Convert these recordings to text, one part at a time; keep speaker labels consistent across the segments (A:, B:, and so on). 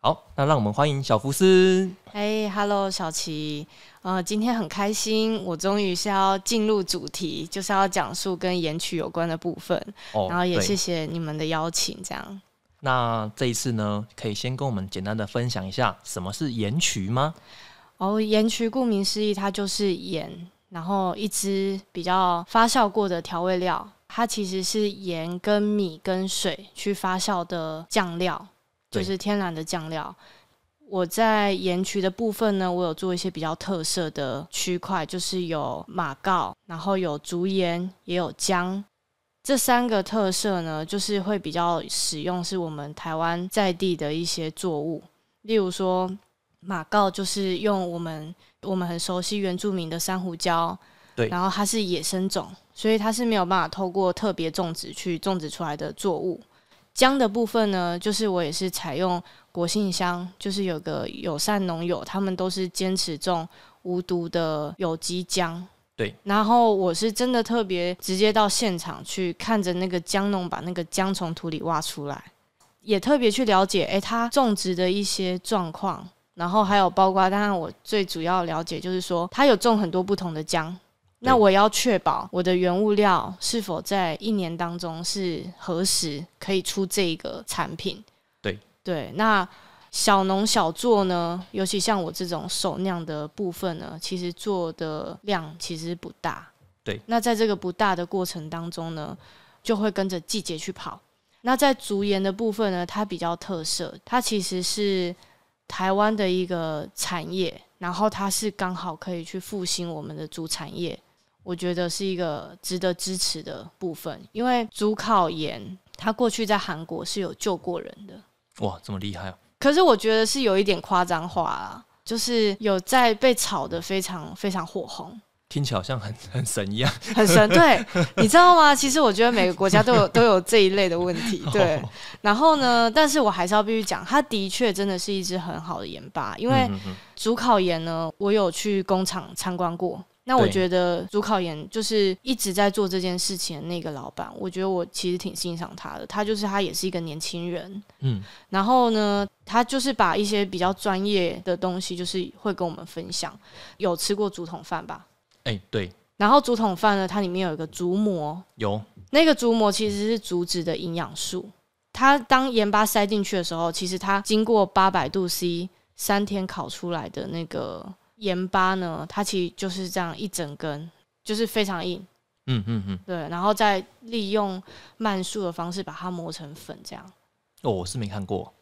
A: 好，那让我们欢迎小福斯。
B: 哎、h e l l o 小齐，呃，今天很开心，我终于是要进入主题，就是要讲述跟演曲有关的部分，
A: 哦
B: 然后也
A: 对
B: 谢谢你们的邀请，这样。
A: 那这一次呢，可以先跟我们简单的分享一下什么是盐曲吗？
B: 哦，盐曲顾名思义，它就是盐，然后一支比较发酵过的调味料，它其实是盐跟米跟水去发酵的酱料，就
A: 对
B: 是天然的酱料。我在盐曲的部分呢，我有做一些比较特色的区块，就是有马告，然后有竹盐，也有姜。这三个特色呢，就是会比较使用是我们台湾在地的一些作物，例如说马告就是用我们我们很熟悉原住民的珊瑚礁，
A: 对
B: 然后它是野生种，所以它是没有办法透过特别种植去种植出来的作物。姜的部分呢，就是我也是采用国信香，就是有个友善农友，他们都是坚持种无毒的有机姜。
A: 对，
B: 然后我是真的特别直接到现场去看着那个姜农把那个姜从土里挖出来，也特别去了解，诶，它种植的一些状况，然后还有包括，当然我最主要了解就是说，它有种很多不同的姜，那我要确保我的原物料是否在一年当中是何时可以出这个产品。
A: 对
B: 对，那小农小做呢，尤其像我这种手酿的部分呢，其实做的量其实不大。
A: 对，
B: 那在这个不大的过程当中呢，就会跟着季节去跑。那在竹盐的部分呢，它比较特色，它其实是台湾的一个产业，然后它是刚好可以去复兴我们的竹产业，我觉得是一个值得支持的部分，因为竹烤盐它过去在韩国是有救过人的，
A: 哇，这么厉害哦！
B: 可是我觉得是有一点夸张化啦，就是有在被炒得非常非常火红，
A: 听起来好像很很神一样。
B: 很神，对，你知道吗？其实我觉得每个国家都有都有这一类的问题， 对。
A: 哦
B: 然后呢，但是我还是要必须讲，它的确真的是一支很好的盐巴，因为
A: 嗯嗯嗯
B: 竹烤盐呢，我有去工厂参观过。那我
A: 对
B: 觉得竹烤盐就是一直在做这件事情的那个老板，我觉得我其实挺欣赏他的。他就是他也是一个年轻人，
A: 嗯，
B: 然后呢，他就是把一些比较专业的东西，就是会跟我们分享。有吃过竹筒饭吧？
A: 哎、对，
B: 然后竹筒饭呢，它里面有一个竹膜，
A: 有
B: 那个竹膜其实是竹子的营养素。它当盐巴塞进去的时候，其实它经过八百度 C 三天烤出来的那个盐巴呢，它其实就是这样一整根，就是非常硬，
A: 嗯嗯嗯，
B: 对。然后再利用慢速的方式把它磨成粉，这样。
A: 哦，我是没看过。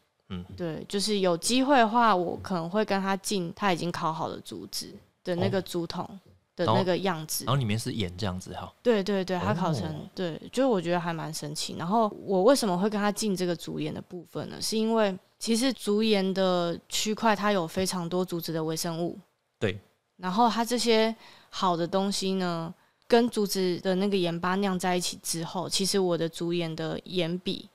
B: 对，就是有机会的话，我可能会跟他进他已经烤好的竹子的那个竹筒的那个样子
A: 然。后里面是盐这样子哈。
B: 对对对，它烤成、
A: 哦
B: 对，就是我觉得还蛮神奇。然后我为什么会跟他进这个竹盐的部分呢？是因为其实竹盐的区块它有非常多竹子的微生物，
A: 对，
B: 然后它这些好的东西呢，跟竹子的那个盐巴酿在一起之后，其实我的竹盐的盐比、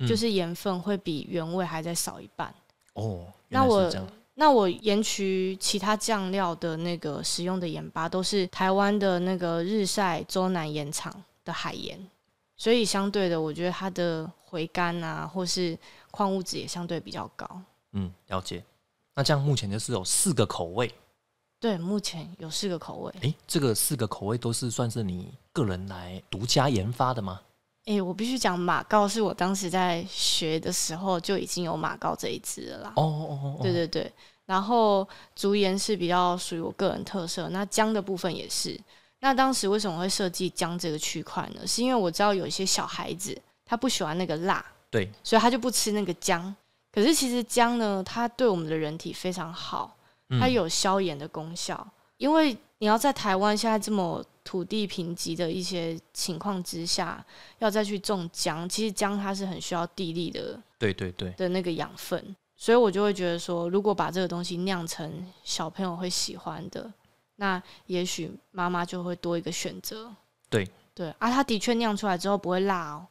A: 嗯
B: 就是盐分会比原味还再少一半。
A: 哦，原
B: 那
A: 来
B: 我
A: 是这样。
B: 那我盐曲其他酱料的那个使用的盐巴，都是台湾的那个日晒周南盐场的海盐，所以相对的，我觉得它的回甘啊，或是矿物质也相对比较高。
A: 嗯，了解。那这样目前就是有四个口味，
B: 对，目前有四个口味。
A: 哎、这个四个口味都是算是你个人来独家研发的吗？
B: 诶、我必须讲马告是我当时在学的时候就已经有马告这一支了啦。
A: 哦哦哦，哦
B: 对，对对。然后竹盐是比较属于我个人特色，那姜的部分也是。那当时为什么会设计姜这个区块呢？是因为我知道有一些小孩子他不喜欢那个辣，
A: 对，
B: 所以他就不吃那个姜。可是其实姜呢，它对我们的人体非常好，
A: 嗯
B: 它有消炎的功效。因为你要在台湾现在这么土地贫瘠的一些情况之下，要再去种姜，其实姜它是很需要地力的
A: 对对对，
B: 的那个养分，所以我就会觉得说，如果把这个东西酿成小朋友会喜欢的，那也许妈妈就会多一个选择。
A: 对
B: 对啊，它的确酿出来之后不会辣哦，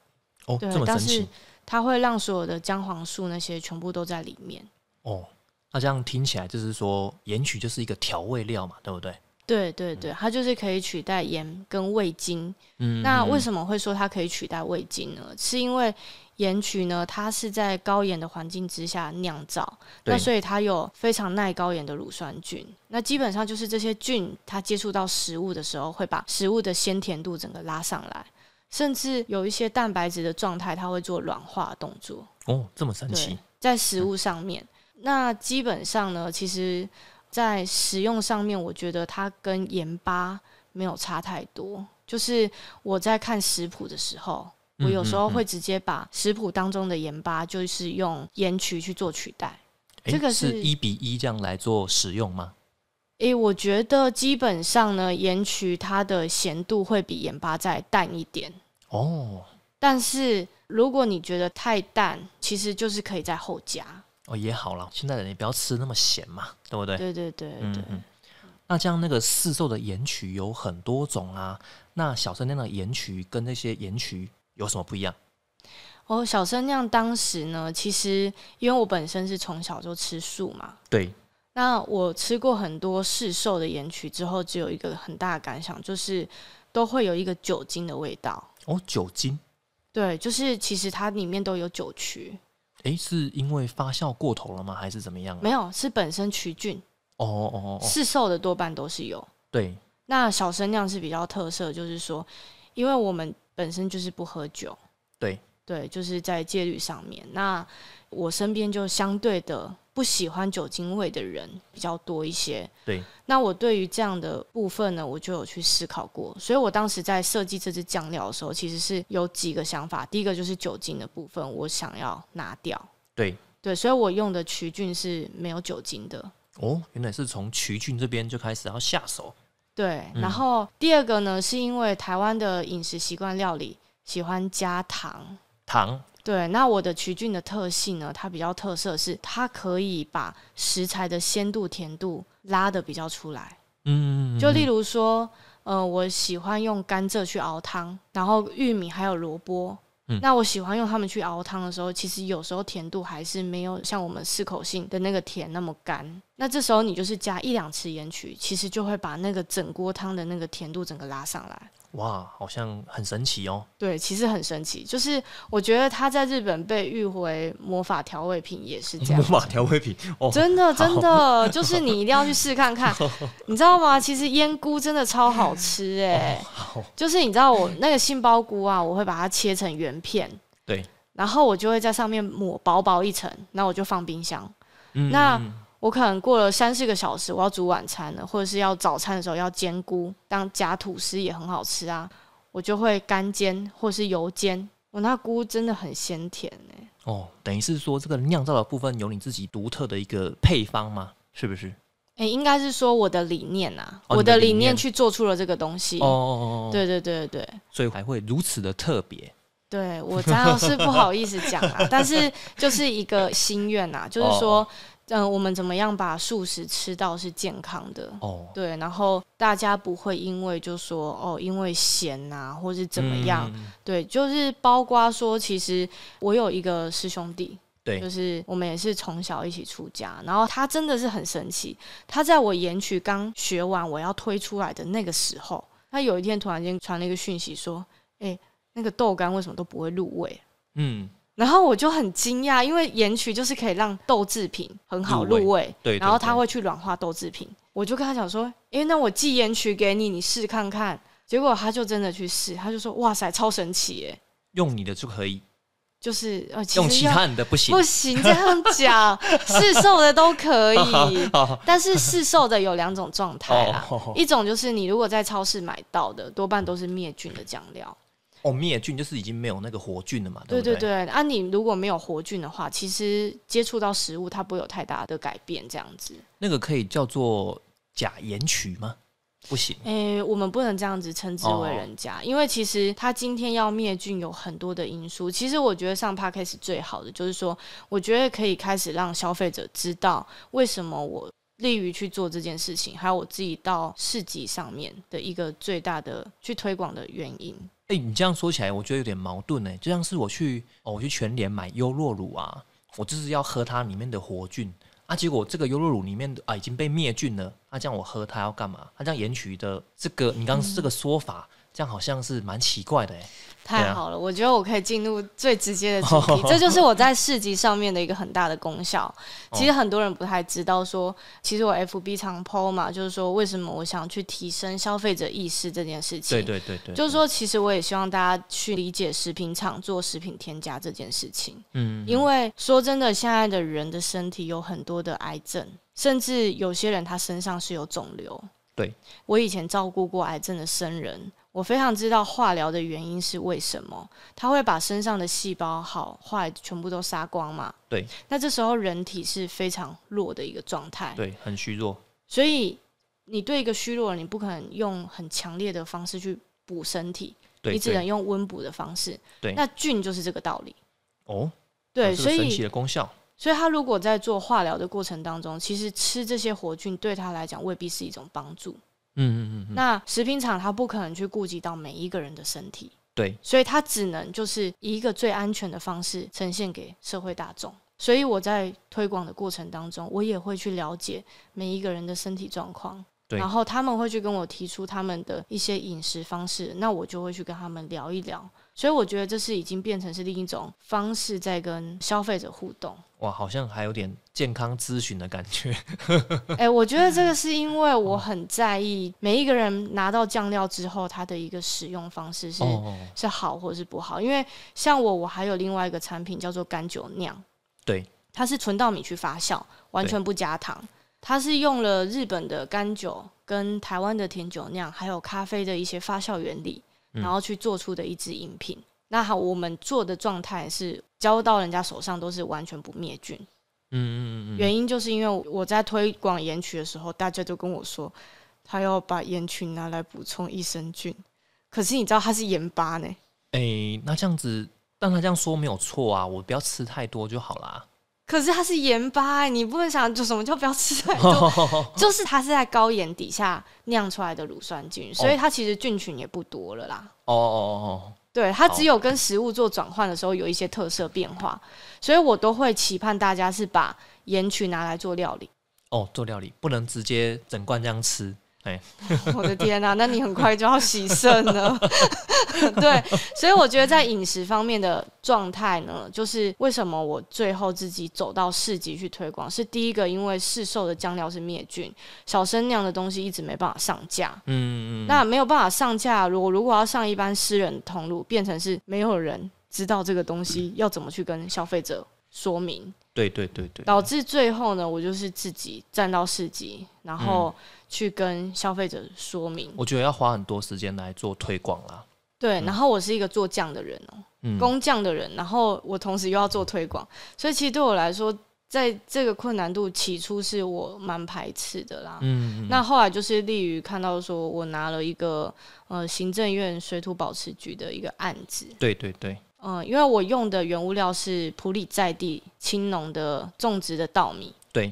A: 哦，
B: 对
A: 这么
B: 但
A: 神
B: 是
A: 奇
B: 它会让所有的姜黄素那些全部都在里面。
A: 哦。那这样听起来就是说，盐曲就是一个调味料嘛，对不对？
B: 对对对，它就是可以取代盐跟味精。
A: 嗯，
B: 那为
A: 么？
B: 什么会说它可以取代味精呢？是因为盐曲呢，它是在高盐的环境之下酿造，
A: 嗯对
B: 那所以它有非常耐高盐的乳酸菌。那基本上就是这些菌，它接触到食物的时候，会把食物的鲜甜度整个拉上来，甚至有一些蛋白质的状态，它会做软化的动作。
A: 哦，这么神奇
B: 对，在食物上面。那基本上呢，其实，在食用上面，我觉得它跟盐巴没有差太多。就是我在看食谱的时候，我
A: 嗯
B: 有时
A: 嗯
B: 候
A: 嗯
B: 会直接把食谱当中的盐巴，就是用盐曲去做取代。
A: 诶
B: 这个
A: 是
B: 是
A: 一比一这样来做使用吗？
B: 诶、我觉得基本上呢，盐曲它的咸度会比盐巴再淡一点，
A: 哦
B: 但是如果你觉得太淡，其实就是可以在后加。
A: 哦，也好了，现在人也不要吃那么咸嘛，对不对？
B: 对对对对。
A: 嗯嗯。那像那个市售的盐曲有很多种啊，那小生那的盐曲跟那些盐曲有什么不一样？
B: 哦，小生酿当时呢，其实因为我本身是从小就吃素嘛，
A: 对，
B: 那我吃过很多市售的盐曲之后，只有一个很大的感想，就是都会有一个酒精的味道。
A: 哦，酒精，
B: 对，就是其实它里面都有酒曲，
A: 诶，是因为发酵过头了吗？还是怎么样啊？
B: 没有是本身曲菌，
A: 哦哦哦哦，
B: 市售的多半都是有。
A: 对，
B: 那小生酿是比较特色，就是说，因为我们本身就是不喝酒，
A: 对
B: 对，就是在戒律上面。那我身边就相对的不喜欢酒精味的人比较多一些。
A: 对，
B: 那我对于这样的部分呢，我就有去思考过。所以我当时在设计这支酱料的时候，其实是有几个想法。第一个就是酒精的部分，我想要拿掉。
A: 对，
B: 对，所以我用的曲菌是没有酒精的。
A: 哦，原来是从曲菌这边就开始要下手，
B: 对，然后第二个呢，是因为台湾的饮食习惯料理喜欢加糖。
A: 糖，
B: 对，那我的曲菌的特性呢，它比较特色是它可以把食材的鲜度、甜度拉的比较出来。
A: 嗯，
B: 就例如说，呃，我喜欢用甘蔗去熬汤，然后玉米还有萝卜。
A: 嗯
B: 那我喜欢用它们去熬汤的时候，其实有时候甜度还是没有像我们适口性的那个甜那么干。那这时候你就是加一两匙盐曲，其实就会把那个整锅汤的那个甜度整个拉上来。
A: 哇，好像很神奇哦，
B: 对，其实很神奇，就是我觉得它在日本被誉为魔法调味品也是这样
A: 魔。法调味品哦，
B: 真的，真的，就是你一定要去试 看看，你知道吗？其实腌菇真的超好吃哎、
A: 哦好，
B: 就是你知道我那个杏鲍菇啊，我会把它切成圆片，
A: 对，
B: 然后我就会在上面抹薄薄一层，然后我就放冰箱。
A: 嗯
B: 那
A: 嗯
B: 我可能过了三四个小时，我要煮晚餐了，或者是要早餐的时候要煎菇，当夹吐司也很好吃啊。我就会干煎或是油煎，我那菇真的很鲜甜哎、
A: 哦，等于是说这个酿造的部分有你自己独特的一个配方吗？是不是？
B: 哎、应该是说我的理念啊，
A: 哦
B: 我
A: 你的
B: 的
A: 理
B: 理
A: 念
B: 念去做出了这个东西。
A: 哦哦哦，哦，
B: 对对对对对。
A: 所以才会如此的特别。
B: 对我当然是不好意思讲 啊，但是就是一个心愿呐、
A: 哦
B: 就是说，嗯、我们怎么样把素食吃到是健康的。
A: 哦，
B: 对，然后大家不会因为就说哦，因为咸呐、或是怎么样，
A: 嗯？
B: 对，就是包括说，其实我有一个师兄弟，
A: 对
B: 就是我们也是从小一起出家，然后他真的是很神奇，他在我研曲刚学完我要推出来的那个时候，他有一天突然间传了一个讯息说，哎、那个豆干为什么都不会入味？
A: 嗯，
B: 然后我就很惊讶，因为盐曲就是可以让豆制品很好入味，
A: 入对对
B: 然后它
A: 对
B: 会去软化豆制品。我就跟他讲说，诶，那我寄盐曲给你，你试看看。结果他就真的去试，他就说，哇塞，超神奇耶！
A: 用你的就可以，
B: 就是呃，其
A: 用
B: 实
A: 其
B: 要
A: 他人的不行，
B: 不。行这样讲，市售的都可以
A: 好，
B: 但是市售的有两种状态啦，
A: 哦
B: 一种就是你如果在超市买到的，多半都是灭菌的酱料。
A: 哦，灭菌就是已经没有那个活菌了嘛，
B: 对
A: 不
B: 对
A: 对？
B: 对，啊，你如果没有活菌的话，其实接触到食物它不会有太大的改变，这样子。
A: 那个可以叫做假盐曲吗？不行。
B: 诶、我们不能这样子称之为人家，因为其实他今天要灭菌有很多的因素。其实我觉得上 p 开始最好的就是说，我觉得可以开始让消费者知道为什么我利于去做这件事情，还有我自己到市集上面的一个最大的去推广的原因。
A: 哎、你这样说起来，我觉得有点矛盾呢、欸就像是我去哦，我去全联买优酪乳啊，我就是要喝它里面的活菌啊，啊，结果这个优酪乳里面的啊已经被灭菌了，啊，这样我喝它要干嘛？啊，这样盐曲的这个你刚刚这个说法，这样好像是蛮奇怪的哎、对
B: 太
A: 啊
B: 好了，我觉得我可以进入最直接的主题， 这就是我在市集上面的一个很大的功效。其实
A: 哦
B: 很多人不太知道说，其实我 FB 常 PO 嘛，就是说为什么我想去提升消费者意识这件事情。
A: 对对对对，
B: 就是说，其实我也希望大家去理解食品厂做食品添加这件事情，
A: 嗯，
B: 因为说真的，现在的人的身体有很多的癌症，甚至有些人他身上是有肿瘤。
A: 对，
B: 我以前照顾过癌症的生人，我非常知道化疗的原因是为什么，他会把身上的细胞好坏全部都杀光嘛。
A: 对
B: 那这时候人体是非常弱的一个状态，
A: 对，很虚弱，
B: 所以你对一个虚弱的人，你不可能用很强烈的方式去补身体，
A: 对
B: 你只
A: 对
B: 能用温补的方式。
A: 对
B: 那菌就是这个道理。
A: 哦，
B: 对，
A: 有这
B: 所
A: 个神奇
B: 以
A: 的功效，
B: 所以他如果在做化疗的过程当中，其实吃这些活菌对他来讲未必是一种帮助。
A: 嗯嗯嗯嗯，
B: 那食品厂它不可能去顾及到每一个人的身体，
A: 对，
B: 所以它只能就是以一个最安全的方式呈现给社会大众。所以我在推广的过程当中，我也会去了解每一个人的身体状况，
A: 对
B: 然后他们会去跟我提出他们的一些饮食方式，那我就会去跟他们聊一聊。所以我觉得这是已经变成是另一种方式在跟消费者互动。
A: 哇，好像还有点健康咨询的感觉，
B: 哎、我觉得这个是因为我很在意每一个人拿到酱料之后，他的一个使用方式是、
A: 哦，
B: 是好或是不好。因为像我，我还有另外一个产品叫做干酒酿，
A: 对，
B: 它是纯稻米去发酵，完全不加糖。它是用了日本的干酒、跟台湾的甜酒酿，还有咖啡的一些发酵原理，
A: 嗯
B: 然后去做出的一支饮品。那好，我们做的状态是交到人家手上都是完全不灭菌。
A: 嗯嗯嗯嗯，
B: 原因就是因为我在推广盐曲的时候，大家就跟我说，他要把盐曲拿来补充益生菌。可是你知道它是盐巴呢？
A: 哎、那这样子，但他这样说没有错啊，我不要吃太多就好啦。
B: 可是它是盐巴、欸，你不能想就什么叫不要吃太多，就是它是在高盐底下酿出来的乳酸菌，所以它其实菌群也不多了啦。
A: 哦哦
B: 对，它只有跟食物做转换的时候有一些特色变化，所以我都会期盼大家是把盐曲拿来做料理。
A: 哦哦，做料理不能直接整罐这样吃，
B: 我的天呐、那你很快就要洗肾了。 对，所以我觉得在饮食方面的状态呢，就是为什么我最后自己走到市集去推广，是第一个，因为市售的酱料是灭菌，小生酿的东西一直没办法上架。
A: 嗯嗯，
B: 那没有办法上架，如果如果要上一般私人通路，变成是没有人知道这个东西要怎么去跟消费者说明。
A: 对对对对，
B: 导致最后呢，我就是自己站到市集，
A: 嗯
B: 然后去跟消费者说明。
A: 我觉得要花很多时间来做推广啦。
B: 对，然后我是一个做酱的人哦、
A: 嗯，
B: 工匠的人，然后我同时又要做推广，所以其实对我来说，在这个困难度起初是我蛮排斥的啦。
A: 嗯，嗯
B: 那后来就是利于看到说我拿了一个呃行政院水土保持局的一个案子，
A: 对对对，
B: 嗯、因为我用的原物料是普里在地青农的种植的稻米，
A: 对，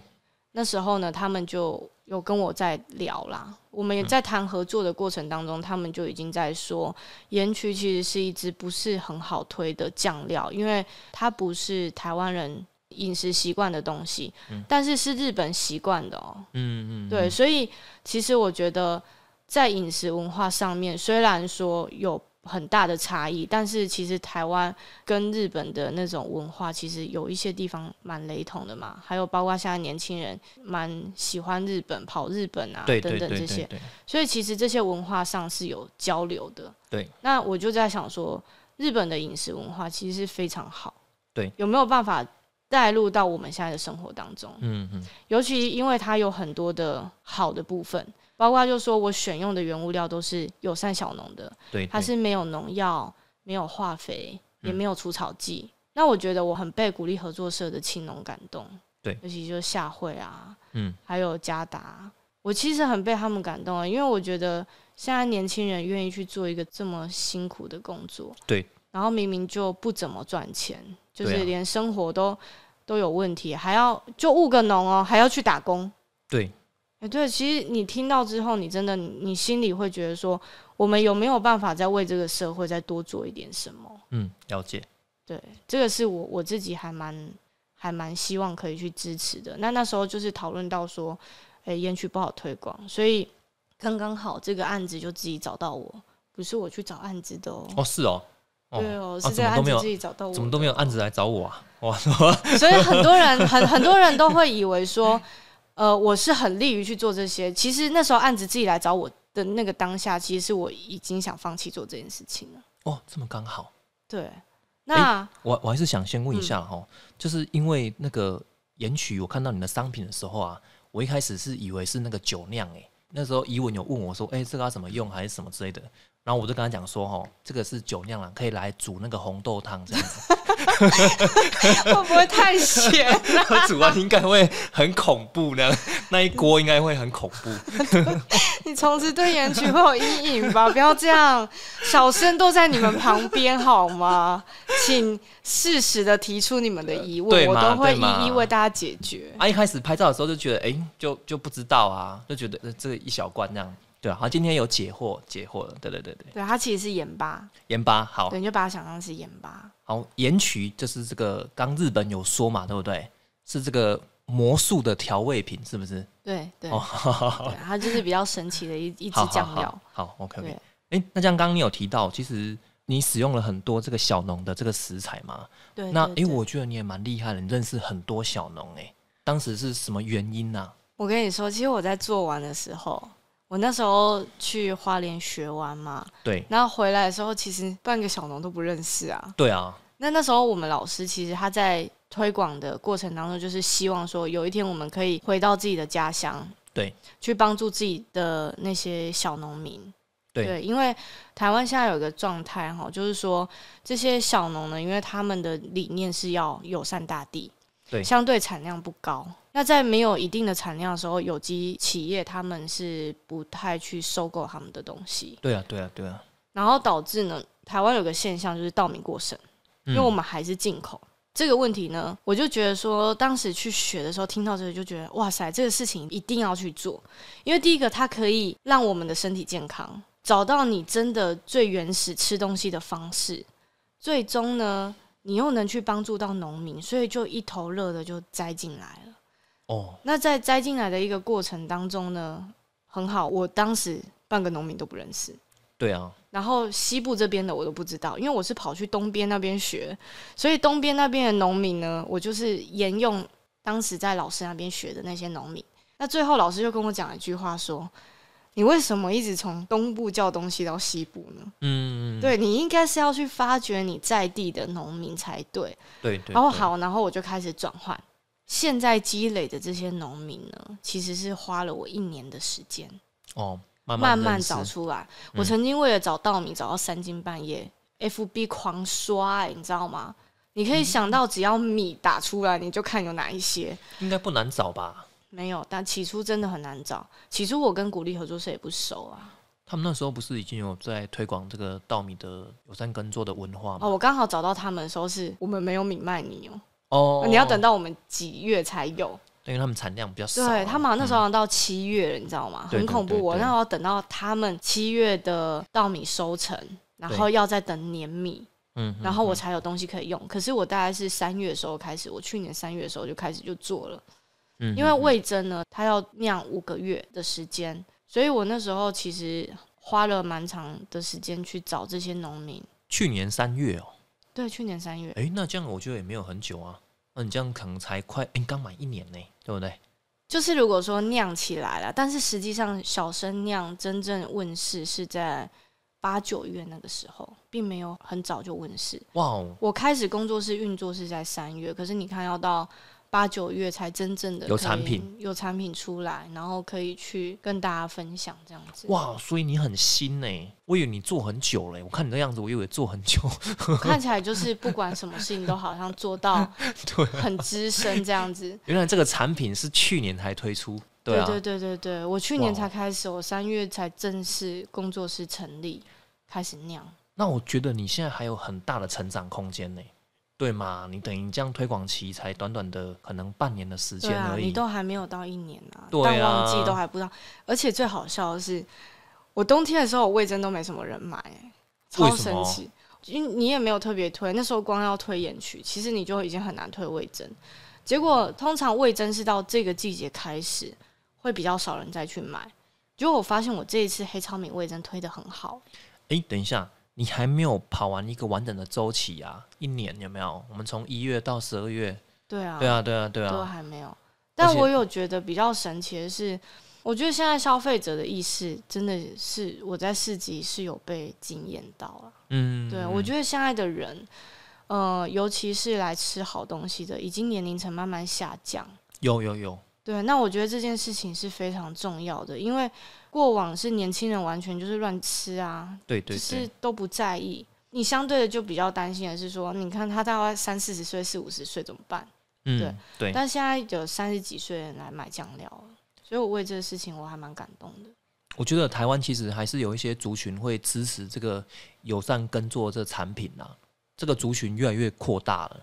B: 那时候呢，他们就有跟我在聊啦。我们也在谈合作的过程当中，他们就已经在说，盐曲其实是一支不是很好推的酱料，因为它不是台湾人饮食习惯的东西，但是是日本习惯的哦、
A: 嗯嗯，
B: 对，所以其实我觉得在饮食文化上面，虽然说有很大的差异，但是其实台湾跟日本的那种文化，其实有一些地方蛮雷同的嘛。还有包括现在年轻人蛮喜欢日本、跑日本啊
A: 对
B: 等
A: 对
B: 等
A: 对
B: 这
A: 对
B: 些
A: 对，，对
B: 所以其实这些文化上是有交流的。
A: 对，
B: 那我就在想说，日本的饮食文化其实是非常好，
A: 对，
B: 有没有办法带入到我们现在的生活当中？
A: 嗯嗯，
B: 尤其因为它有很多的好的部分，包括就说我选用的原物料都是友善小农的，
A: 对，
B: 它
A: 对嗯
B: 是没有农药、没有化肥，也没有除草剂。那我觉得我很被鼓励合作社的青农感动，
A: 对
B: 尤其就是夏惠啊，
A: 嗯，
B: 还有嘉达，我其实很被他们感动啊，因为我觉得现在年轻人愿意去做一个这么辛苦的工作，
A: 对，
B: 然后明明就不怎么赚钱，就
A: 对
B: 是
A: 啊
B: 连生活都、都有问题，还要就务个农哦，还要去打工，
A: 对
B: 哎、对，其实你听到之后，你真的你你心里会觉得说，我们有没有办法再为这个社会再多做一点什么？
A: 嗯了解，
B: 对，这个是我我自己还蛮还蛮希望可以去支持的。那那时候就是讨论到说，诶、烟区不好推广，所以刚刚好这个案子就自己找到我，不是我去找案子的哦。
A: 哦，是哦，哦
B: 对哦，
A: 啊
B: 是这
A: 怎
B: 个
A: 么
B: 案
A: 都没
B: 子
A: 有
B: 自己找到我的，
A: 怎么都没有案子来找我啊？哇，
B: 所以很多人很很多人都会以为说，呃，我是很利于去做这些。其实那时候案子自己来找我的那个当下，其实是我已经想放弃做这件事情了。
A: 哦，这么刚好。
B: 对，那、
A: 我我还是想先问一下哈、就是因为那个盐曲，我看到你的商品的时候啊，我一开始是以为是那个酒酿诶、那时候怡文有问我说，哎、这个要怎么用还是什么之类的，然后我就跟他讲说，哦，这个是酒酿啦，可以来煮那个红豆汤这样子，
B: 会不会太咸？
A: 煮完应该会很恐怖呢， 那一锅应该会很恐怖。
B: 你从此对盐曲会有阴影吧？不要这样，小生都在你们旁边好吗？请适时的提出你们的疑
A: 对
B: 问，我
A: 嘛
B: 都会
A: 对嘛
B: 一一为大家解决。
A: 啊，一开始拍照的时候就觉得，哎、就就不知道啊，就觉得呃这个一小罐这样，对啊，好，今天有解惑，解惑了，对对对对，
B: 对，它其实是盐巴，
A: 盐巴好
B: 对，。你就把它想象是盐巴。
A: 好，盐曲就是这个，刚日本有说嘛，对不对？是这个魔术的调味品，是不是？
B: 对对，
A: 哦，好好好
B: 对，它就是比较神奇的一一支
A: 好
B: 酱料。
A: 好好，OK OK
B: 对。
A: 哎，那像刚刚你有提到，其实你使用了很多这个小农的这个食材嘛？
B: 对，
A: 那
B: 对
A: 哎，
B: 对
A: 我觉得你也蛮厉害的，你认识很多小农哎。当时是什么原因啊呢、
B: 我跟你说，其实我在做完的时候，我那时候去花莲学完嘛，
A: 对
B: 然后回来的时候，其实半个小农都不认识啊。
A: 对啊，
B: 那那时候我们老师其实他在推广的过程当中，就是希望说有一天我们可以回到自己的家乡，
A: 对，
B: 去帮助自己的那些小农民。
A: 对
B: 因为台湾现在有一个状态哈，就是说这些小农呢，因为他们的理念是要友善大地，
A: 对
B: 相对产量不高。那在没有一定的产量的时候，有机企业他们是不太去收购他们的东西，
A: 对啊，对啊，对啊。
B: 然后导致呢，台湾有个现象就是稻米过剩。因为我
A: 嗯
B: 们还是进口。这个问题呢，我就觉得说，当时去学的时候，听到这个就觉得，哇塞，这个事情一定要去做，因为第一个，它可以让我们的身体健康，找到你真的最原始吃东西的方式，最终呢，你又能去帮助到农民，所以就一头热的就栽进来了。
A: 哦，
B: 那在栽进来的一个过程当中呢，很好，我当时半个农民都不认识，
A: 对啊，
B: 然后西部这边的我都不知道，因为我是跑去东边那边学，所以东边那边的农民呢，我就是沿用当时在老师那边学的那些农民。那最后老师就跟我讲一句话说：“你为什么一直从东部叫东西到西部呢？
A: 嗯，
B: 对你应该是要去发掘你在地的农民才对。
A: 对对。
B: 然后
A: 对，
B: 好，然后我就开始转换。现在积累的这些农民呢，其实是花了我一年的时间。
A: 哦，慢
B: 慢
A: 慢
B: 慢
A: 认识
B: 找出来。
A: 嗯
B: 我曾经为了找稻米找到三更半夜，FB 狂刷、欸，你知道吗？你
A: 嗯
B: 可以想到，只要米打出来，你就看有哪一些
A: 应该不难找吧？
B: 没有。但起初真的很难找，起初我跟鼓励合作社也不熟啊。
A: 他们那时候不是已经有在推广这个稻米的友善耕作的文化吗
B: 哦，？我刚好找到他们的时候是，我们没有米卖你
A: 哦
B: 哦、你要等，到我们几月才有。
A: 因为他们产量比较少啊、
B: 对他们好像那时候
A: 嗯
B: 好像到七月了，你知道吗？
A: 对
B: 很
A: 对
B: 恐怖。
A: 对
B: 我
A: 对
B: 那时候等到他们七月的稻米收成，然后要再等碾米，
A: 嗯哼
B: 然后我才有东西可以用。可是我大概是三月的时候开始，我去年三月的时候就开始就做了，
A: 嗯
B: 因为味增呢，它要酿五个月的时间，所以我那时候其实花了蛮长的时间去找这些农民。
A: 去年三月哦，
B: 对，去年三月，
A: 诶，那这样我觉得也没有很久啊，那你这样可能才快，诶，刚满一年呢，对不对？
B: 就是如果说酿起来了，但是实际上小生酿真正问世是在八九月那个时候，并没有很早就问世。
A: 哇哦，
B: 我开始工作室运作是在三月，可是你看要到八九月才真正的
A: 有产品，
B: 有产品出来，然后可以去跟大家分享这样子。
A: 哇，所以你很新呢，我以为你做很久嘞，我看你的样子，我以为做很久，
B: 我看起来就是不管什么事情都好像做到
A: 对啊
B: 很资深这 样子。
A: 原来这个产品是去年才推出，啊，
B: 对对对对，我去年
A: 哇哦
B: 才开始，我三月才正式工作室成立，开始酿。
A: 那我觉得你现在还有很大的成长空间呢，对吗？你等于这样推广期才短短的可能半年的时
B: 对
A: 间
B: 啊，
A: 而
B: 你
A: 已，
B: 都还没有到一年啊，
A: 对
B: 淡
A: 啊
B: 旺季都还不到。而且最好笑的是，我冬天的时候，我味噌都没什么人买、欸
A: 为
B: 超
A: 什
B: 神
A: 么
B: 奇。因为你也没有特别推，那时候光要推盐曲，其实你就已经很难推味噌。结果通常味增是到这个季节开始会比较少人再去买。结果我发现我这一次黑糙米味增推的很好，
A: 哎、等一下，你还没有跑完一个完整的周期啊，一年有没有？我们从一月到十二月，
B: 对啊，
A: 对啊，对啊，对
B: 都
A: 啊，
B: 还没有。
A: 而
B: 但
A: 且
B: 我有觉得比较神奇的是，我觉得现在消费者的意识真的是我在市集是有被惊艳到了。
A: 嗯，
B: 对我
A: 得
B: 觉得现在的人，呃，尤其是来吃好东西的，已经年龄层慢慢下降。
A: 有有有，
B: 对，那我觉得这件事情是非常重要的，因为过往是年轻人完全就是乱吃啊，
A: 对对
B: 就是
A: 对，
B: 都不在意。你相对的就比较担心的是说，你看他大概三四十岁、四五十岁怎么办？
A: 嗯，对，
B: 但现在有三十几岁的人来买酱料了，所以我为这个事情我还蛮感动的。
A: 我觉得台湾其实还是有一些族群会支持这个友善耕作这产品啊，这个族群越来越扩大了，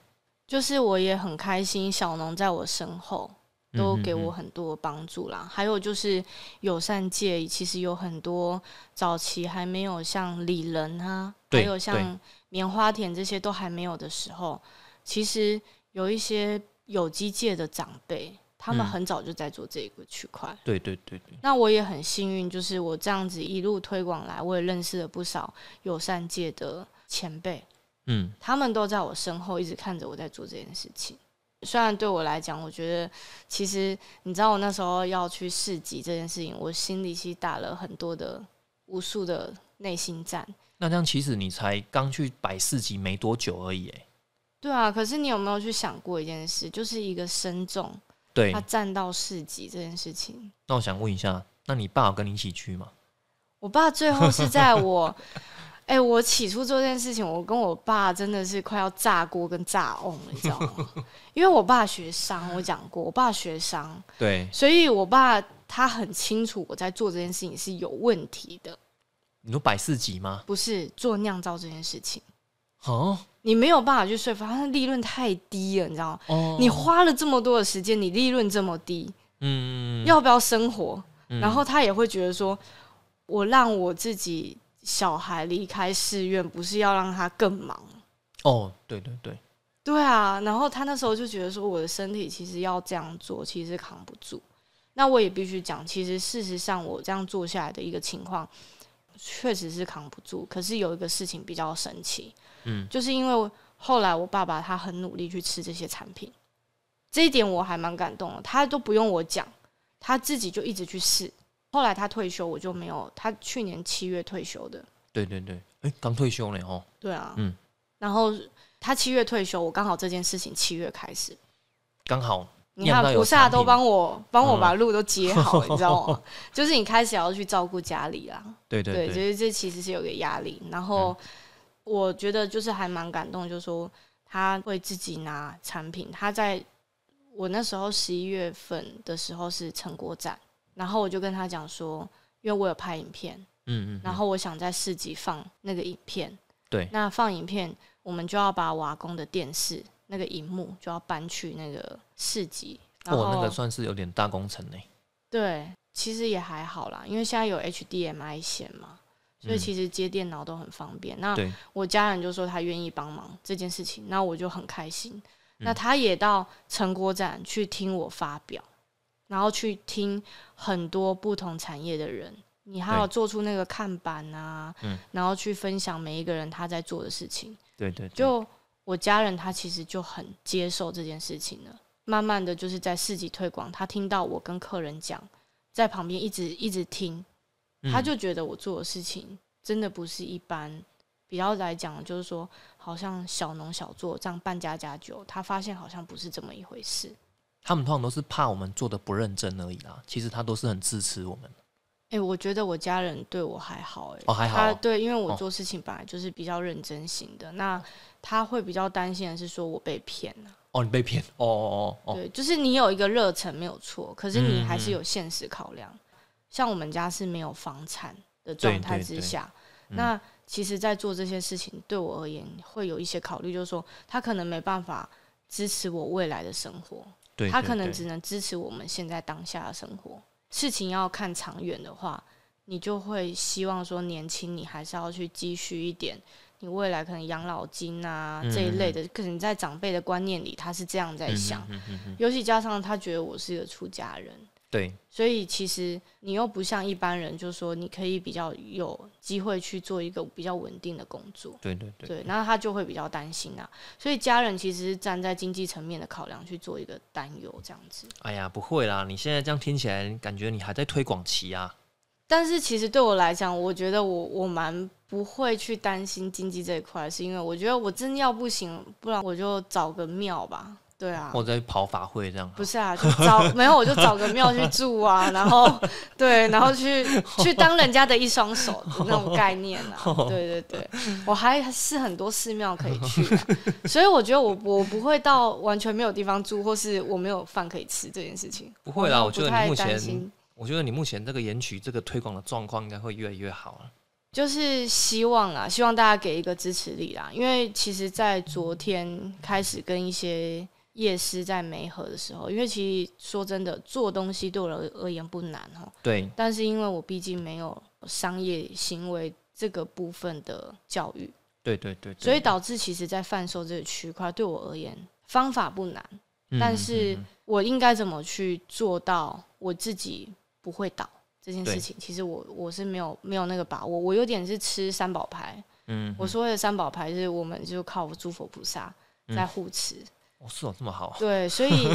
B: 就是我也很开心，小农在我身后都
A: 嗯嗯
B: 给
A: 嗯
B: 我很多帮助啦。还有就是友善界其实有很多早期还没有像李仁啊，还
A: 对
B: 有像
A: 对
B: 棉花田这些都还没有的时候，其实有一些有机界的长辈，他
A: 嗯
B: 们很早就在做这个区块。
A: 对对对对，
B: 那我也很幸运，就是我这样子一路推广来，我也认识了不少友善界的前辈，
A: 嗯，
B: 他们都在我身后一直看着我在做这件事情。虽然对我来讲，我觉得其实你知道，我那时候要去市集这件事情，我心里其实打了很多的无数的内心战。
A: 那这样其实你才刚去摆市集没多久而已，哎，
B: 对啊，可是你有没有去想过一件事，就是一个身重
A: 对
B: 他，站到市集这件事情，
A: 那我想问一下，那你爸有跟你一起去吗？
B: 我爸最后是在我，哎、我起初做这件事情，我跟我爸真的是快要炸锅跟炸瓮了，你知道吗？ 因为我爸学商，我讲过，我爸学商，
A: 对，
B: 所以我爸他很清楚我在做这件事情是有问题的，
A: 你说摆市集吗？
B: 不是做酿造这件事情，
A: 哦
B: 你没有办法去说服他，他利润太低了，你知道吗？
A: 哦，
B: 你花了这么多的时间，你利润这么低，
A: 嗯，
B: 要不要生活？
A: 嗯
B: 然后他也会觉得说，我让我自己小孩离开寺院，不是要让他更忙。
A: 哦，对对对，
B: 对啊，然后他那时候就觉得说，我的身体其实要这样做，其实扛不住。那我也必须讲，其实事实上我这样做下来的一个情况，确实是扛不住。可是有一个事情比较神奇，
A: 嗯，
B: 就是因为后来我爸爸他很努力去吃这些产品，这一点我还蛮感动的。他都不用我讲，他自己就一直去试。后来他退休，我就没有。他去年七月退休的，
A: 对对对，哎，刚退休呢哦，
B: 对啊，
A: 嗯。
B: 然后他七月退休，我刚好这件事情七月开始，
A: 刚好，
B: 你看菩萨都帮我帮我
A: 嗯
B: 把路都截好 了，你知道吗？就是你开始要去照顾家里啦，
A: 对对嗯
B: 对，就
A: 对，
B: 是这其实是有个压力。然后我觉得就是还蛮感动，就是说他会自己拿产品，他在我那时候十一月份的时候是成果展，然后我就跟他讲说，因为我有拍影片，
A: 嗯嗯，
B: 然后我想在市集放那个影片。
A: 对
B: 那放影片，我们就要把瓦工的电视那个荧幕就要搬去那个市集。然后、
A: 哦，那个算是有点大工程呢，
B: 对，其实也还好啦，因为现在有 HDMI 线嘛，所以
A: 嗯
B: 其实接电脑都很方便。那
A: 对，
B: 我家人就说他愿意帮忙这件事情，那我就很开心。
A: 嗯
B: 那他也到成果展去听我发表，然后去听很多不同产业的人，你还有
A: 对
B: 做出那个看板啊，
A: 嗯
B: 然后去分享每一个人他在做的事情。
A: 对对，对
B: 就我家人他其实就很接受这件事情了。慢慢的就是在市集推广，他听到我跟客人讲，在旁边一直一直听，
A: 嗯
B: 他就觉得我做的事情真的不是一般。比较来讲，就是说，好像小农小做这样办家家酒，他发现好像不是这么一回事。
A: 他们通常都是怕我们做的不认真而已啦，其实他都是很支持我们。
B: 哎、我觉得我家人对我还好、哎、
A: 哦还好
B: 他
A: 哦
B: 对，因为我
A: 哦
B: 做事情本来就是比较认真型的，那他会比较担心的是说我被骗啊了、
A: 哦，你被骗，哦哦哦哦，
B: 对，就是你有一个热忱没有错，可是你
A: 嗯
B: 还是有现实考量。像我们家是没有房产的状态
A: 对
B: 之
A: 对
B: 下，
A: 嗯
B: 那其实，在做这些事情对我而言会有一些考虑，就是说他可能没办法支持我未来的生活，
A: 对，
B: 他
A: 对
B: 可能
A: 对
B: 只能支持我们现在当下的生活。事情要看长远的话，你就会希望说，年轻你还是要去积蓄一点你未来可能养老金啊这一类的，可能在长辈的观念里，他是这样在想。
A: 嗯嗯哼嗯哼
B: 尤其加上他觉得我是一个出家人，
A: 对，
B: 所以其实你又不像一般人，就是说你可以比较有机会去做一个比较稳定的工作。
A: 对对对，
B: 对，那他就会比较担心啊，所以家人其实是站在经济层面的考量去做一个担忧这样子。
A: 哎呀，不会啦，你现在这样听起来，感觉你还在推广期啊。
B: 但是其实对我来讲，我觉得我我蛮不会去担心经济这一块，是因为我觉得我真要不行，不然我就找个庙吧。对啊，
A: 我在跑法会这样，
B: 不是啊，就 找没有我就找个庙去住啊，然后对，然后去去当人家的一双手的那种概念啊， 对对对，我还是很多寺庙可以去啊、所以我觉得我我不会到完全没有地方住，或是我没有饭可以吃这件事情。
A: 不会啦，
B: 我
A: 我觉得
B: 太
A: 你目
B: 担
A: 前
B: 心。
A: 我觉得你目前这个延曲这个推广的状况应该会越来越好啊了。
B: 就是希望啦，希望大家给一个支持力啦。因为其实，在昨天开始跟一些夜师在媒合的时候，因为其实说真的，做东西对我而言不难哦哈，
A: 对，
B: 但是因为我毕竟没有商业行为这个部分的教育，
A: 对对对对
B: 所以导致其实，在贩售这个区块对我而言方法不难，
A: 嗯
B: 但
A: 嗯
B: 是
A: 嗯
B: 我应该怎么去做到我自己不会倒这件
A: 对
B: 事情？其实我我是没有没有那个把握，我有点是吃三宝牌。
A: 嗯，
B: 我所谓的三宝牌是我们就靠诸佛菩萨
A: 嗯
B: 在护持，
A: 哦是哦这么好，
B: 对，所以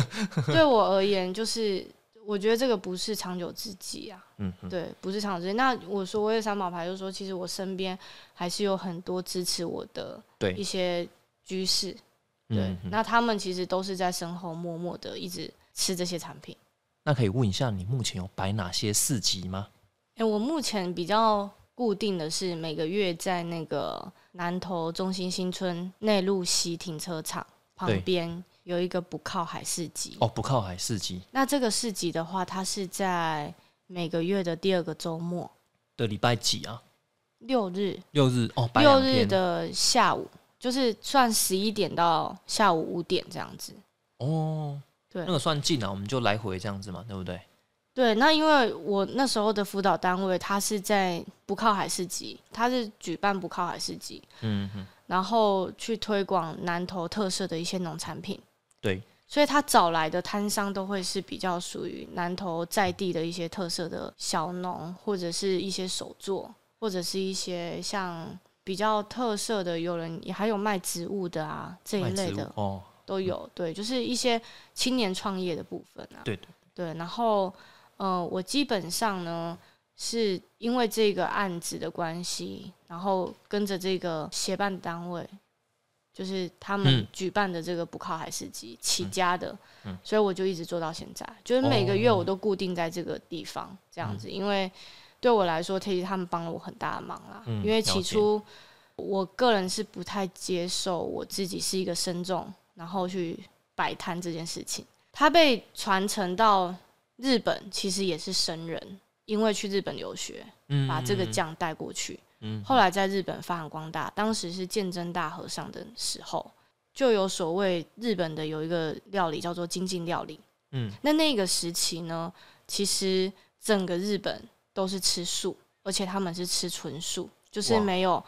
B: 对我而言，就是我觉得这个不是长久之计啊，
A: 嗯嗯
B: 对，不是长久之计。那我所谓的三宝牌，就是说，其实我身边还是有很多支持我的
A: 对
B: 一些居士，对，
A: 嗯嗯
B: 那他们其实都是在身后默默的一直吃这些产品。
A: 那可以问一下你目前有摆哪些市集吗？
B: 哎、我目前比较固定的是每个月在那个南投中心新村内路西停车场旁
A: 对
B: 边有一个不靠海市集。
A: 哦，不靠海市集
B: 那这个市集的话，它是在每个月的第二个周末
A: 的礼拜几啊？
B: 六日，
A: 六日哦，摆
B: 六
A: 两
B: 日
A: 天
B: 的下午，就是算十一点到下午五点这样子。
A: 哦，
B: 对
A: 那个算近啊，我们就来回这样子嘛，对不对？
B: 对，那因为我那时候的辅导单位，它是在不靠海市集，它是举办不靠海市集，
A: 嗯嗯，
B: 然后去推广南投特色的一些农产品。
A: 对，
B: 所以他找来的摊商都会是比较属于南投在地的一些特色的小农，或者是一些手作，或者是一些像比较特色的，有人也还有卖植物的啊这一
A: 卖
B: 类
A: 植物
B: 的
A: 哦，
B: 都有。对，就是一些青年创业的部分啊。
A: 对对
B: 对，然后呃，我基本上呢是因为这个案子的关系，然后跟着这个协办单位，就是他们
A: 嗯
B: 举办的这个不靠海市集起家的，
A: 嗯
B: 所以我就一直做到现在，就是每个月
A: 哦嗯
B: 我都固定在这个地方这样子，因为对我来说，其实他们帮了我很大的忙啦，
A: 嗯
B: 因为
A: 了
B: 起
A: 解
B: 初我个人是不太接受我自己是一个身重，然后去摆摊这件事情。它被传承到日本，其实也是生人，因为去日本留学，
A: 嗯，
B: 把这个酱带过去。
A: 嗯，
B: 后来在日本发扬光大，当时是鉴真大和尚的时候，就有所谓日本的有一个料理叫做精进料理。
A: 嗯
B: 那那个时期呢，其实整个日本都是吃素，而且他们是吃纯素，就是
A: 哇
B: 没有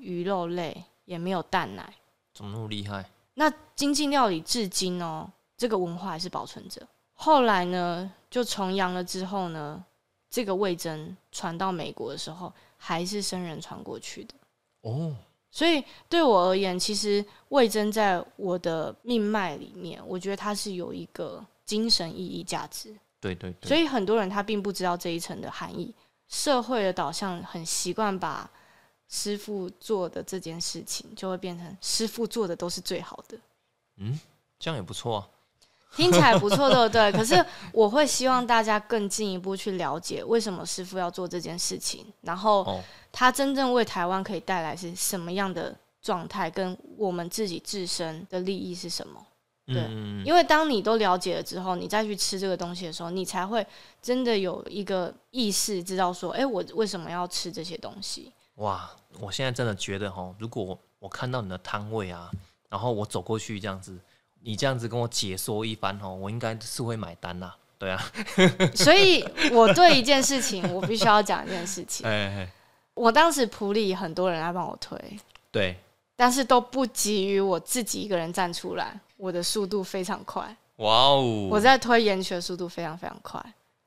B: 鱼肉类，也没有蛋奶。
A: 怎么那么厉害？
B: 那精进料理至今哦，这个文化还是保存着。后来呢，就重阳了之后呢，这个味噌传到美国的时候，还是生人传过去的。
A: 哦，
B: 所以对我而言，其实味噌在我的命脉里面，我觉得它是有一个精神意义价值。
A: 对对对，
B: 所
A: 以
B: 以很多人他并不知道这一层的含义。社会的导向很习惯把师傅做的这件事情，就会变成师傅做的都是最好的。
A: 这样也不错啊。
B: 听起来不 错，对不对？可是我会希望大家更进一步去了解为什么师傅要做这件事情，然后
A: 哦，
B: 他真正为台湾可以带来是什么样的状态，跟我们自己自身的利益是什么。对
A: 嗯，
B: 因为当你都了解了之后，你再去吃这个东西的时候，你才会真的有一个意识，知道说，哎、我为什么要吃这些东西？
A: 哇，我现在真的觉得哈，如果我看到你的摊位啊，然后我走过去这样子，你这样子跟我解说一番哦，我应该是会买单啦、对啊，
B: 所以我对一件事情，我必须要讲一件事情。
A: 哎哎，
B: 我当时普里很多人来帮我推，
A: 对，
B: 但是都不急于我自己一个人站出来，我的速度非常快，
A: 哇哦，
B: 我在推研曲的速度非常非常快。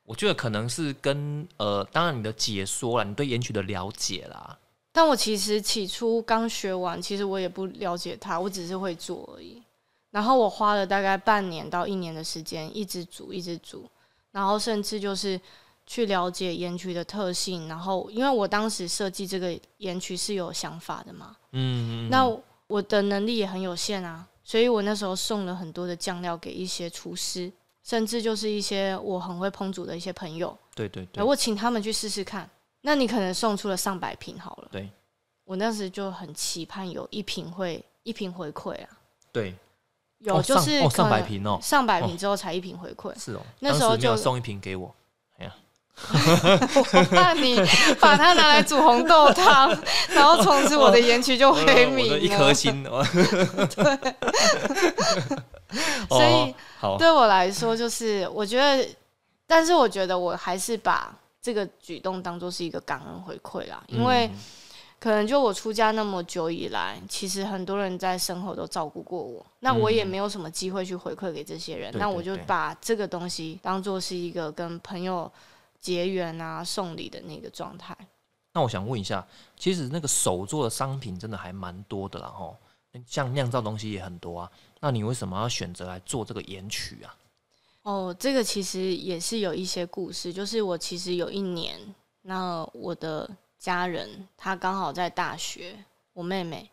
A: 我觉得可能是跟呃，当然你的解说啦，你对演曲的了解啦，
B: 但我其实起初刚学完，其实我也不了解它，我只是会做而已。然后我花了大概半年到一年的时间，一直煮，一直煮，然后甚至就是去了解盐曲的特性。然后，因为我当时设计这个盐曲是有想法的嘛，
A: 嗯，嗯
B: 那
A: 嗯
B: 我的能力也很有限啊，所以我那时候送了很多的酱料给一些厨师，甚至就是一些我很会烹煮的一些朋友，
A: 对对
B: 然
A: 对
B: 后，我请他们去试试看。那你可能送出了上百瓶好了，
A: 对
B: 我那时就很期盼有一瓶会一瓶回馈啊，
A: 对，
B: 有
A: 哦
B: 就
A: 上
B: 是
A: 哦上
B: 可能
A: 百瓶哦，
B: 上百
A: 哦，
B: 瓶之后才一瓶回馈
A: 是哦，
B: 那
A: 当
B: 时候
A: 时没有
B: 就
A: 送一瓶给我，
B: 我怕你把它拿来煮红豆汤， 然后从 此我的盐曲就
A: 我
B: 回
A: 哦我
B: 民
A: 的
B: 了。
A: 一颗心， 哦
B: 所以
A: 哦好，
B: 对我来说，就是我觉得，但是我觉得我还是把这个举动当做是一个感恩回馈啦，因为
A: 嗯
B: 可能就我出家那么久以来，其实很多人在身后都照顾过我，那我也没有什么机会去回馈给这些人，
A: 对
B: 那
A: 对
B: 我就
A: 对
B: 把这个东西当做是一个跟朋友结缘啊、送礼的那个状态。
A: 那我想问一下，其实那个手做的商品真的还蛮多的啦，吼，像酿造东西也很多啊。那你为什么要选择来做这个盐曲啊？
B: 哦，这个其实也是有一些故事，就是我其实有一年，那我的家人她刚好在大学，我妹妹，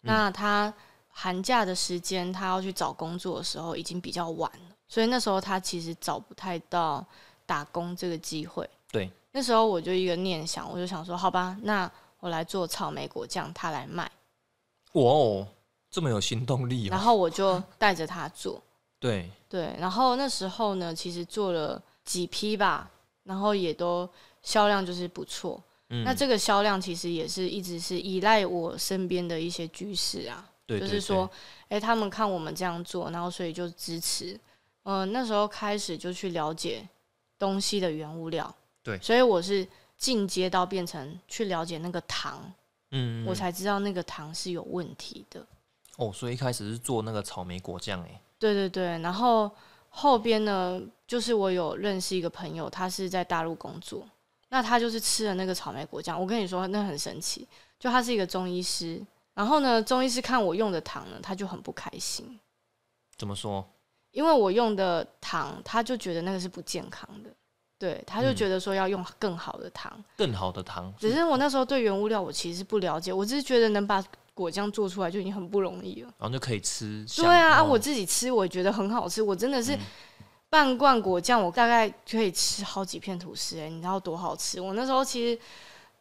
A: 嗯
B: 那她寒假的时间她要去找工作的时候已经比较晚了，所以那时候她其实找不太到打工这个机会。
A: 对，
B: 那时候我就一个念想，我就想说，好吧，那我来做草莓果酱，她来卖，
A: 哇哦，这么有行动力
B: 然
A: 哦！
B: 后我就带着她做。
A: 对，
B: 对，然后那时候呢，其实做了几批吧，然后也都销量就是不错。
A: 嗯，
B: 那这个销量其实也是一直是依赖我身边的一些居士啊，
A: 对
B: 就是说，，哎、他们看我们这样做，然后所以就支持。嗯、那时候开始就去了解东西的原物料，
A: 对
B: 所以我是进阶到变成去了解那个糖，
A: 对嗯，
B: 我
A: 我才
B: 才知道那个糖是有问题的。
A: 哦，所以一开始是做那个草莓果酱，哎，
B: 对对对，然后后边呢，就是我有认识一个朋友，他是在大陆工作，那他就是吃了那个草莓果酱。我跟你说，那很神奇，就他是一个中医师，然后呢，中医师看我用的糖呢，他就很不开心，
A: 怎么说？
B: 因为我用的糖，他就觉得那个是不健康的，对，他就
A: 嗯
B: 觉得说要用更好的糖。
A: 更好的糖，
B: 只是我那时候对原物料我其实不了解，我只是觉得能把果酱做出来就已经很不容易了。
A: 然后就可以吃香。
B: 对啊，啊
A: 哦嗯
B: 我自己吃我也觉得很好吃，我真的是半罐果酱，我大概可以吃好几片吐司、欸，你知道多好吃？我那时候其实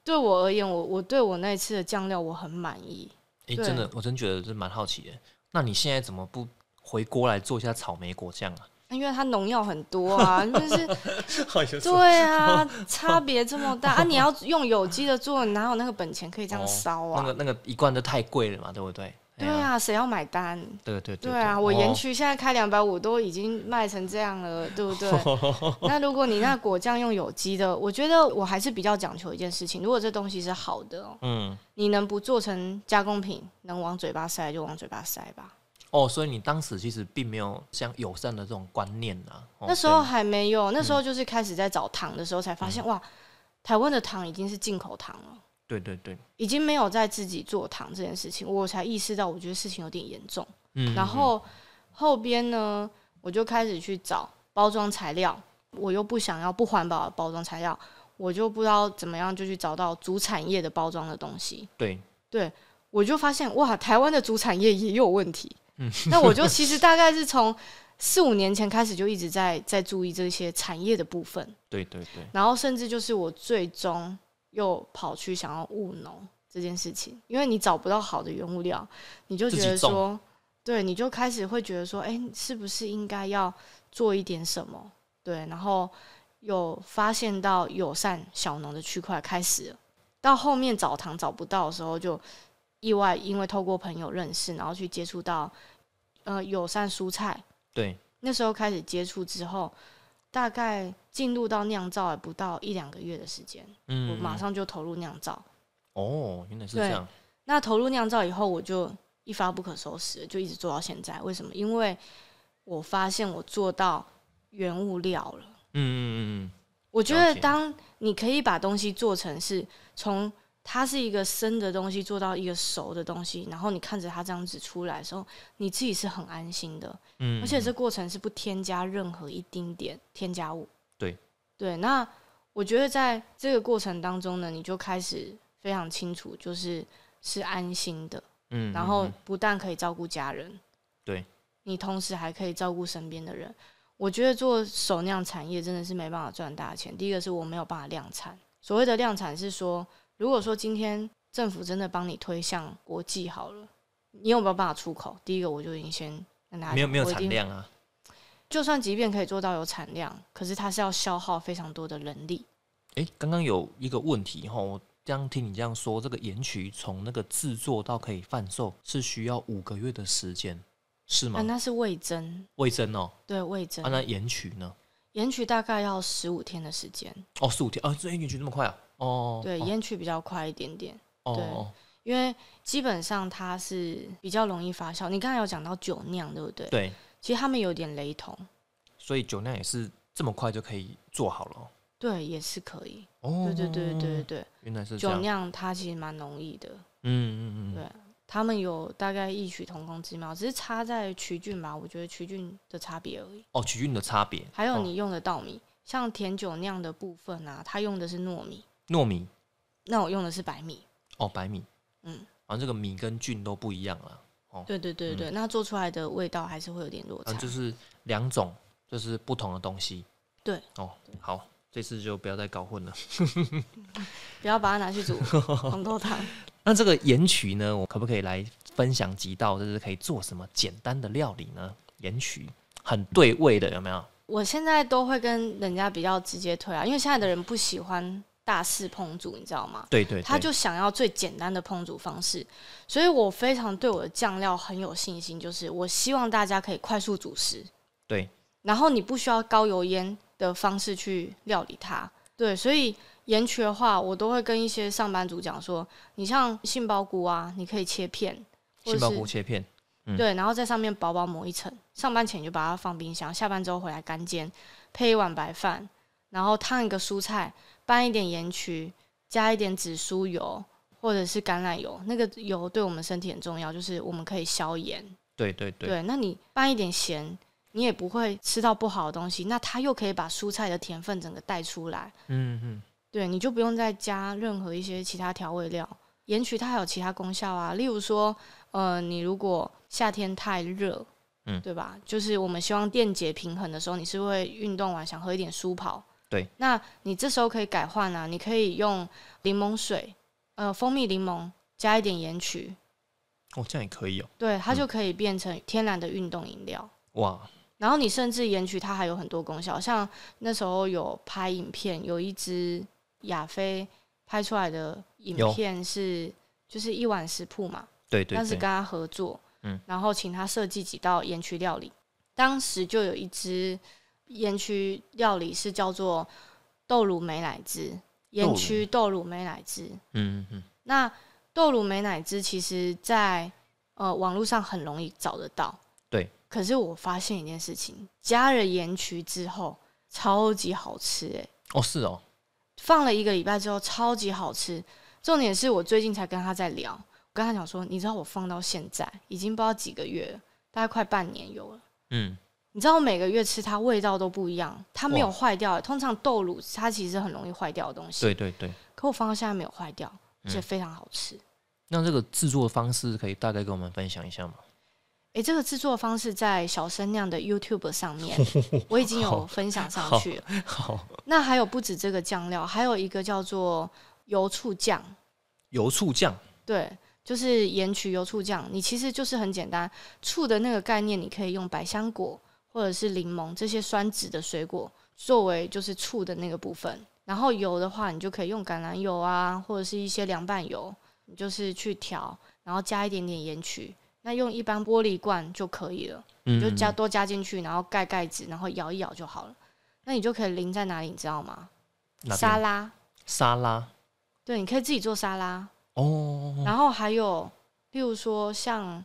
B: 对我而言，我我对我那一次的酱料我很满意。
A: 哎，
B: 对
A: 真的，我真觉得这蛮好奇的。那你现在怎么不回锅来做一下草莓果酱啊？
B: 因为它农药很多啊，就是
A: 好有
B: 对啊，差别这么大啊！你要用有机的做，哪有那个本钱可以这样烧
A: 哦那
B: 啊？
A: 个那个一罐都太贵了嘛，对不对？
B: 对
A: 哎呀，
B: 啊，谁要买单？
A: 对对
B: 对啊，我
A: 哦
B: 园区现在开两百五都已经卖成这样了，对不对？那如果你那果酱用有机的，我觉得我还是比较讲求一件事情，如果这东西是好的哦，
A: 嗯，
B: 你能不做成加工品，能往嘴巴塞就往嘴巴塞吧。
A: 哦，所以你当时其实并没有像友善的这种观念呐、啊。哦
B: 那时候还没有，那时候就是开始在找糖的时候才发现，哇，台湾的糖已经是进口糖了，
A: 对对对，对
B: 已经没有在自己做糖这件事情，我才意识到我觉得事情有点严重。
A: 嗯
B: 然后后边呢，我就开始去找包装材料，我又不想要不环保的包装材料，我就不知道怎么样就去找到主产业的包装的东西。
A: 对，
B: 我就发现哇，台湾的主产业也有问题。
A: 嗯
B: 那我就其实大概是从四五年前开始就一直在在注意这些产业的部分，
A: 对对对，
B: 然后甚至就是我最终又跑去想要务农这件事情，因为你找不到好的原物料，你就觉
A: 自
B: 得
A: 己种
B: 说，对，你就开始会觉得说，哎、是不是应该要做一点什么？对，然后有发现到友善小农的区块开始了到后面找糖找不到的时候，就意外因为透过朋友认识，然后去接触到呃友善蔬菜，
A: 对，
B: 那时候开始接触之后，大概进入到酿造还不到一两个月的时间，我
A: 嗯，
B: 马上就投入酿造。
A: 哦，原来是
B: 对
A: 这样，
B: 那投入酿造以后，我就一发不可收拾，就一直做到现在。为什么？因为我发现我做到原物料了。
A: 嗯嗯嗯
B: 我觉得
A: 了，解
B: 当你可以把东西做成是从它是一个生的东西做到一个熟的东西，然后你看着它这样子出来的时候，你自己是很安心的。
A: 嗯嗯，
B: 而且这过程是不添加任何一丁点添加物。
A: 对
B: 对，那我觉得在这个过程当中呢，你就开始非常清楚，就是是安心的，
A: 嗯，嗯
B: 然后
A: 嗯
B: 不但可以照顾家人，
A: 对
B: 你同时还可以照顾身边的人。我觉得做手酿产业真的是没办法赚大钱。第一个是我没有办法量产，所谓的量产是说，如果说今天政府真的帮你推向国际好了，你有没有办法出口？第一个我就已经先跟大家
A: 没有
B: 讲
A: 没有
B: 我已
A: 产
B: 经
A: 量啊，
B: 就算即便可以做到有产量，可是它是要消耗非常多的人力。
A: 诶，刚刚有一个问题哈，我这样听你这样说，这个盐曲从那个制作到可以贩售是需要五个月的时间，是
B: 啊，
A: 吗？
B: 那是味增，
A: 味增哦，
B: 对味增
A: 啊，，那盐曲呢？
B: 盐曲大概要十五天的时间，
A: 哦，十五天啊，这盐曲那么快啊？哦，
B: 对
A: 哦
B: 烟曲比较快一点点，
A: 哦
B: 对
A: 哦，
B: 因为基本上它是比较容易发酵。你刚才有讲到酒酿，对不对？
A: 对，
B: 其实它们有点雷同，
A: 所以酒酿也是这么快就可以做好了
B: 对，也是可以。
A: 哦。
B: 对对对对对，对，
A: 原来是这
B: 酒
A: 样。
B: 酿它其实蛮容易的，
A: 嗯嗯嗯，
B: 对他们有大概异曲同工之妙，只是差在曲菌吧，我觉得曲菌的差别而已。
A: 哦，曲菌的差别，
B: 还有
A: 哦
B: 你用的稻米，像甜酒酿的部分啊，它用的是糯米，
A: 糯米
B: 那我用的是白米。
A: 哦，白米，
B: 嗯，
A: 好像这个米跟菌都不一样了。
B: 对对对对，那做出来的味道还是会有点落差。
A: 嗯，哦就是两种，就是不同的东西。
B: 对，
A: 哦，好，这次就不要再搞混了。
B: 不要把它拿去煮红豆汤。
A: 那这个盐曲呢，我可不可以来分享几道，就是可以做什么简单的料理呢？盐曲很对味的，有没有？
B: 我现在都会跟人家比较直接推啊，因为现在的人不喜欢大肆烹煮，你知道吗？
A: 对对对，
B: 他就想要最简单的烹煮方式，所以我非常对我的酱料很有信心，就是我希望大家可以快速煮食，
A: 对，
B: 然后你不需要高油烟的方式去料理它。对，所以盐曲的话，我都会跟一些上班族讲说，你像杏鲍菇啊，你可以切片，或
A: 杏
B: 者
A: 鲍菇
B: 是
A: 切片，嗯
B: 对，然后在上面薄薄抹一层，上班前就把它放冰箱，下班之后回来干煎，配一碗白饭，然后烫一个蔬菜，拌一点盐曲，加一点紫苏油或者是橄榄油，那个油对我们身体很重要，就是我们可以消炎。
A: 对对对，
B: 对，那你拌一点咸，你也不会吃到不好的东西。那它又可以把蔬菜的甜分整个带出来，
A: 嗯嗯，
B: 对，你就不用再加任何一些其他调味料。盐曲它还有其他功效啊，例如说，呃，你如果夏天太热，
A: 嗯
B: 对吧？就是我们希望电解平衡的时候，你是会运动完想喝一点舒跑，
A: 对。
B: 那你这时候可以改换啊，你可以用柠檬水，呃，蜂蜜柠檬加一点盐曲，
A: 哦，这样也可以哦，
B: 对，它就可以变成天然的运动饮料。
A: 哇，
B: 然后你甚至盐曲它还有很多功效，像那时候有拍影片，有一支亚非拍出来的影片是就是一碗食谱嘛，
A: 对对
B: 当时
A: 对
B: 跟，他合作，
A: 嗯
B: 然后请他设计几道盐曲料理，当时就有一支盐曲料理是叫做豆乳美乃滋，盐曲豆乳美乃滋，
A: 嗯嗯嗯，
B: 那豆乳美乃滋其实在呃网络上很容易找得到。
A: 对。
B: 可是我发现一件事情，加了盐曲之后超级好吃诶、
A: 哦是哦，
B: 放了一个礼拜之后超级好吃。重点是我最近才跟他在聊，我跟他讲说，你知道我放到现在已经不知道几个月了，大概快半年有了。
A: 嗯，
B: 你知道我每个月吃它味道都不一样，它没有
A: 哇
B: 坏掉欸、通常豆乳它其实很容易坏掉的东西，
A: 对嗯对对。
B: 可我放到现在没有坏掉，而且非常好吃。
A: 那这个制作方式可以大概跟我们分享一下吗？
B: 诶，这个制作方式在小生酿的 YouTube 上面，我已经有分享上去了。
A: 好，
B: 那还有不止这个酱料，还有一个叫做油醋酱，
A: 油醋酱，
B: 对，就是盐曲油醋酱。你其实就是很简单，醋的那个概念，你可以用百香果或者是柠檬这些酸质的水果作为就是醋的那个部分。然后油的话，你就可以用橄榄油啊，或者是一些凉拌油，你就是去调，然后加一点点盐曲。那用一般玻璃罐就可以了。
A: 嗯，
B: 你就加多加进去，然后盖盖子，然后摇一摇就好了。那你就可以淋在哪里，你知道吗？
A: 哪边
B: 沙拉，
A: 嗯沙拉
B: 对，你可以自己做沙拉，
A: 哦，
B: 然后还有，例如说像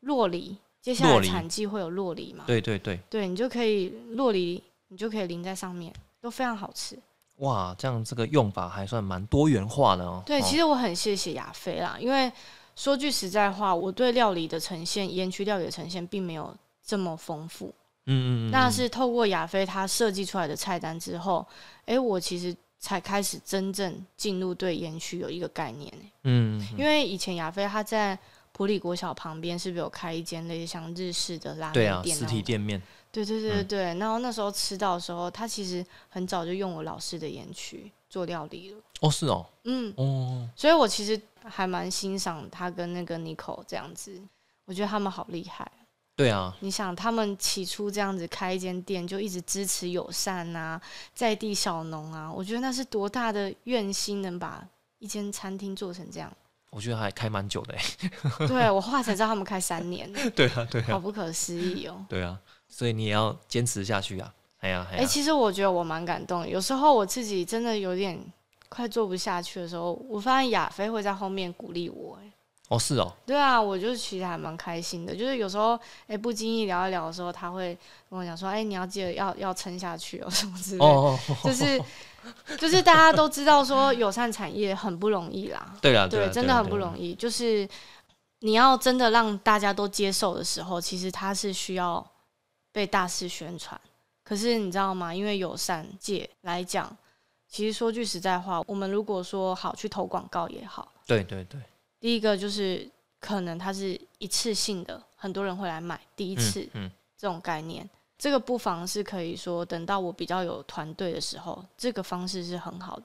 B: 洛梨，接下
A: 洛
B: 来
A: 梨
B: 产季会有洛梨嘛？
A: 对对对，
B: 对，你就可以洛梨，你就可以淋在上面，都非常好吃。
A: 哇，这样这个用法还算蛮多元化的哦。
B: 对，
A: 哦
B: 其实我很谢谢亚飞啦，因为说句实在话，我对料理的呈现，盐区料理的呈现并没有这么丰富。
A: 嗯嗯嗯，
B: 那
A: 嗯
B: 是透过亚飞他设计出来的菜单之后，诶，我其实才开始真正进入对盐区有一个概念、欸
A: 嗯，嗯嗯
B: 因为以前亚飞他在普里国小旁边是不是有开一间类似像日式的拉
A: 对
B: 面
A: 啊，
B: 店
A: 实
B: 那种？
A: 体店嗯面，
B: 对对对对对。然后那时候吃到的时候，他其实很早就用我老师的盐区做料理了。
A: 哦是哦，
B: 嗯，
A: 哦，
B: 所以我其实还蛮欣赏他跟那个 Nico 这样子，我觉得他们好厉害。
A: 对啊，
B: 你想，他们起初这样子开一间店，就一直支持友善啊，在地小农啊，我觉得那是多大的愿心，能把一间餐厅做成这样。
A: 我觉得还开蛮久的欸，
B: 对我后来才知道他们开三年呢，
A: 对啊，对
B: 好
A: 啊，
B: 不可思议哦。
A: 对啊，所以你也要坚持下去啊，哎呀， 哎
B: 哎、
A: 呀，
B: 其实我觉得我蛮感动的，有时候我自己真的有点快做不下去的时候，我发现亚飞会在后面鼓励我、哎，
A: 哦是哦，
B: 对啊，我就其实还蛮开心的，就是有时候哎、不经意聊一聊的时候，他会跟我讲说，哎、你要记得要要撑下去哦什么之类的。
A: 哦，哦
B: 就是就是大家都知道说友善产业很不容易啦，
A: 对啊，
B: 对，
A: 啊
B: 真的很不容易。就是你要真的让大家都接受的时候，其实它是需要被大肆宣传。可是你知道吗？因为友善界来讲，其实说句实在话，我们如果说好去投广告也好，
A: 对对对，
B: 第一个就是可能它是一次性的，很多人会来买第一
A: 一
B: 次，
A: 嗯，
B: 这种概念。这个不妨是可以说，等到我比较有团队的时候，这个方式是很好的。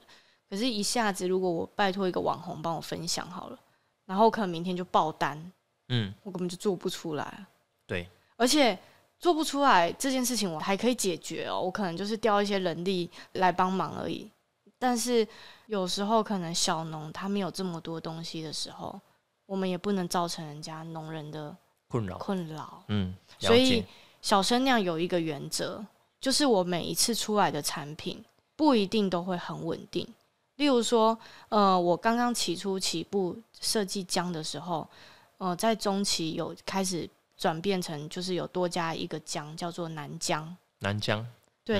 B: 可是，一下子如果我拜托一个网红帮我分享好了，然后可能明天就爆单，
A: 嗯，
B: 我根本就做不出来。啊
A: 对，
B: 而且做不出来这件事情，我还可以解决哦，我可能就是调一些人力来帮忙而已。但是有时候可能小农他没有这么多东西的时候，我们也不能造成人家农人的
A: 困扰，
B: 困扰。
A: 嗯，了
B: 所以
A: 解，
B: 小生量有一个原则，就是我每一次出来的产品不一定都会很稳定。例如说，呃，我刚刚起初起步设计姜的时候，呃，在中期有开始转变成就是有多加一个姜，叫做南姜，
A: 南疆，
B: 对，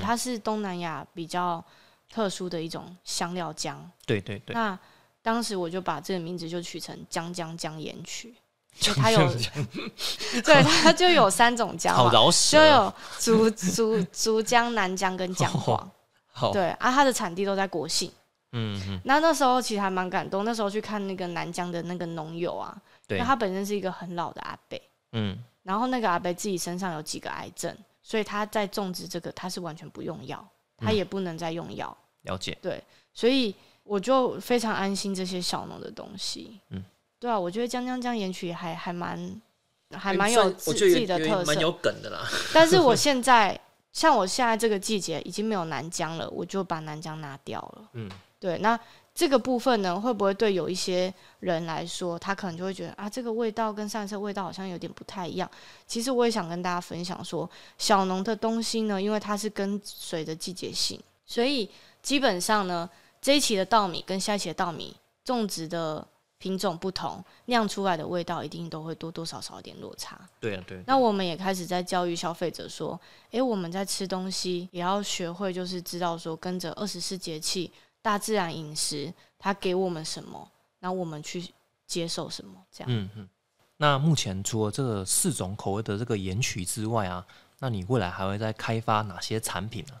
A: 嗯
B: 它是东南亚比较特殊的一种香料姜。
A: 对对对，
B: 那当时我就把这个名字就取成姜姜姜盐 曲，就它有，对，它就有三种 姜嘛
A: 好，饶舌
B: 就
A: 啊，
B: 有竹 竹竹江、南江跟姜黄，
A: 哦好，
B: 对啊，它的产地都在国信。
A: 嗯嗯，
B: 那那时候其实还蛮感动，那时候去看那个南江的那个农友啊，
A: 对
B: 那，他本身是一个很老的阿伯，
A: 嗯，
B: 然后那个阿伯自己身上有几个癌症，所以他在种植这个他是完全不用药，他
A: 嗯
B: 也不能再用药，
A: 了解，
B: 所以我就非常安心这些小农的东西。
A: 嗯，
B: 对啊，我觉得江江江盐曲还还蛮还
A: 嗯
B: 蛮
A: 算
B: 有自自己的特色，
A: 梗的啦，
B: 但是我现在像我现在这个季节已经没有南姜了，我就把南姜拿掉了。
A: 嗯，
B: 对，那这个部分呢，会不会对有一些人来说，他可能就会觉得啊，这个味道跟上一次味道好像有点不太一样？其实我也想跟大家分享说，小农的东西呢，因为它是跟随着季节性，所以基本上呢，这一期的稻米跟下一期的稻米种植的品种不同，酿出来的味道一定都会多多少少有点落差。
A: 对啊对，
B: 那我们也开始在教育消费者说，诶，我们在吃东西也要学会，就是知道说跟着二十四节气、大自然饮食，它给我们什么，然后我们去接受什么，这样。
A: 嗯嗯，那目前除了这个四种口味的这个盐曲之外啊，那你未来还会再开发哪些产品啊呢？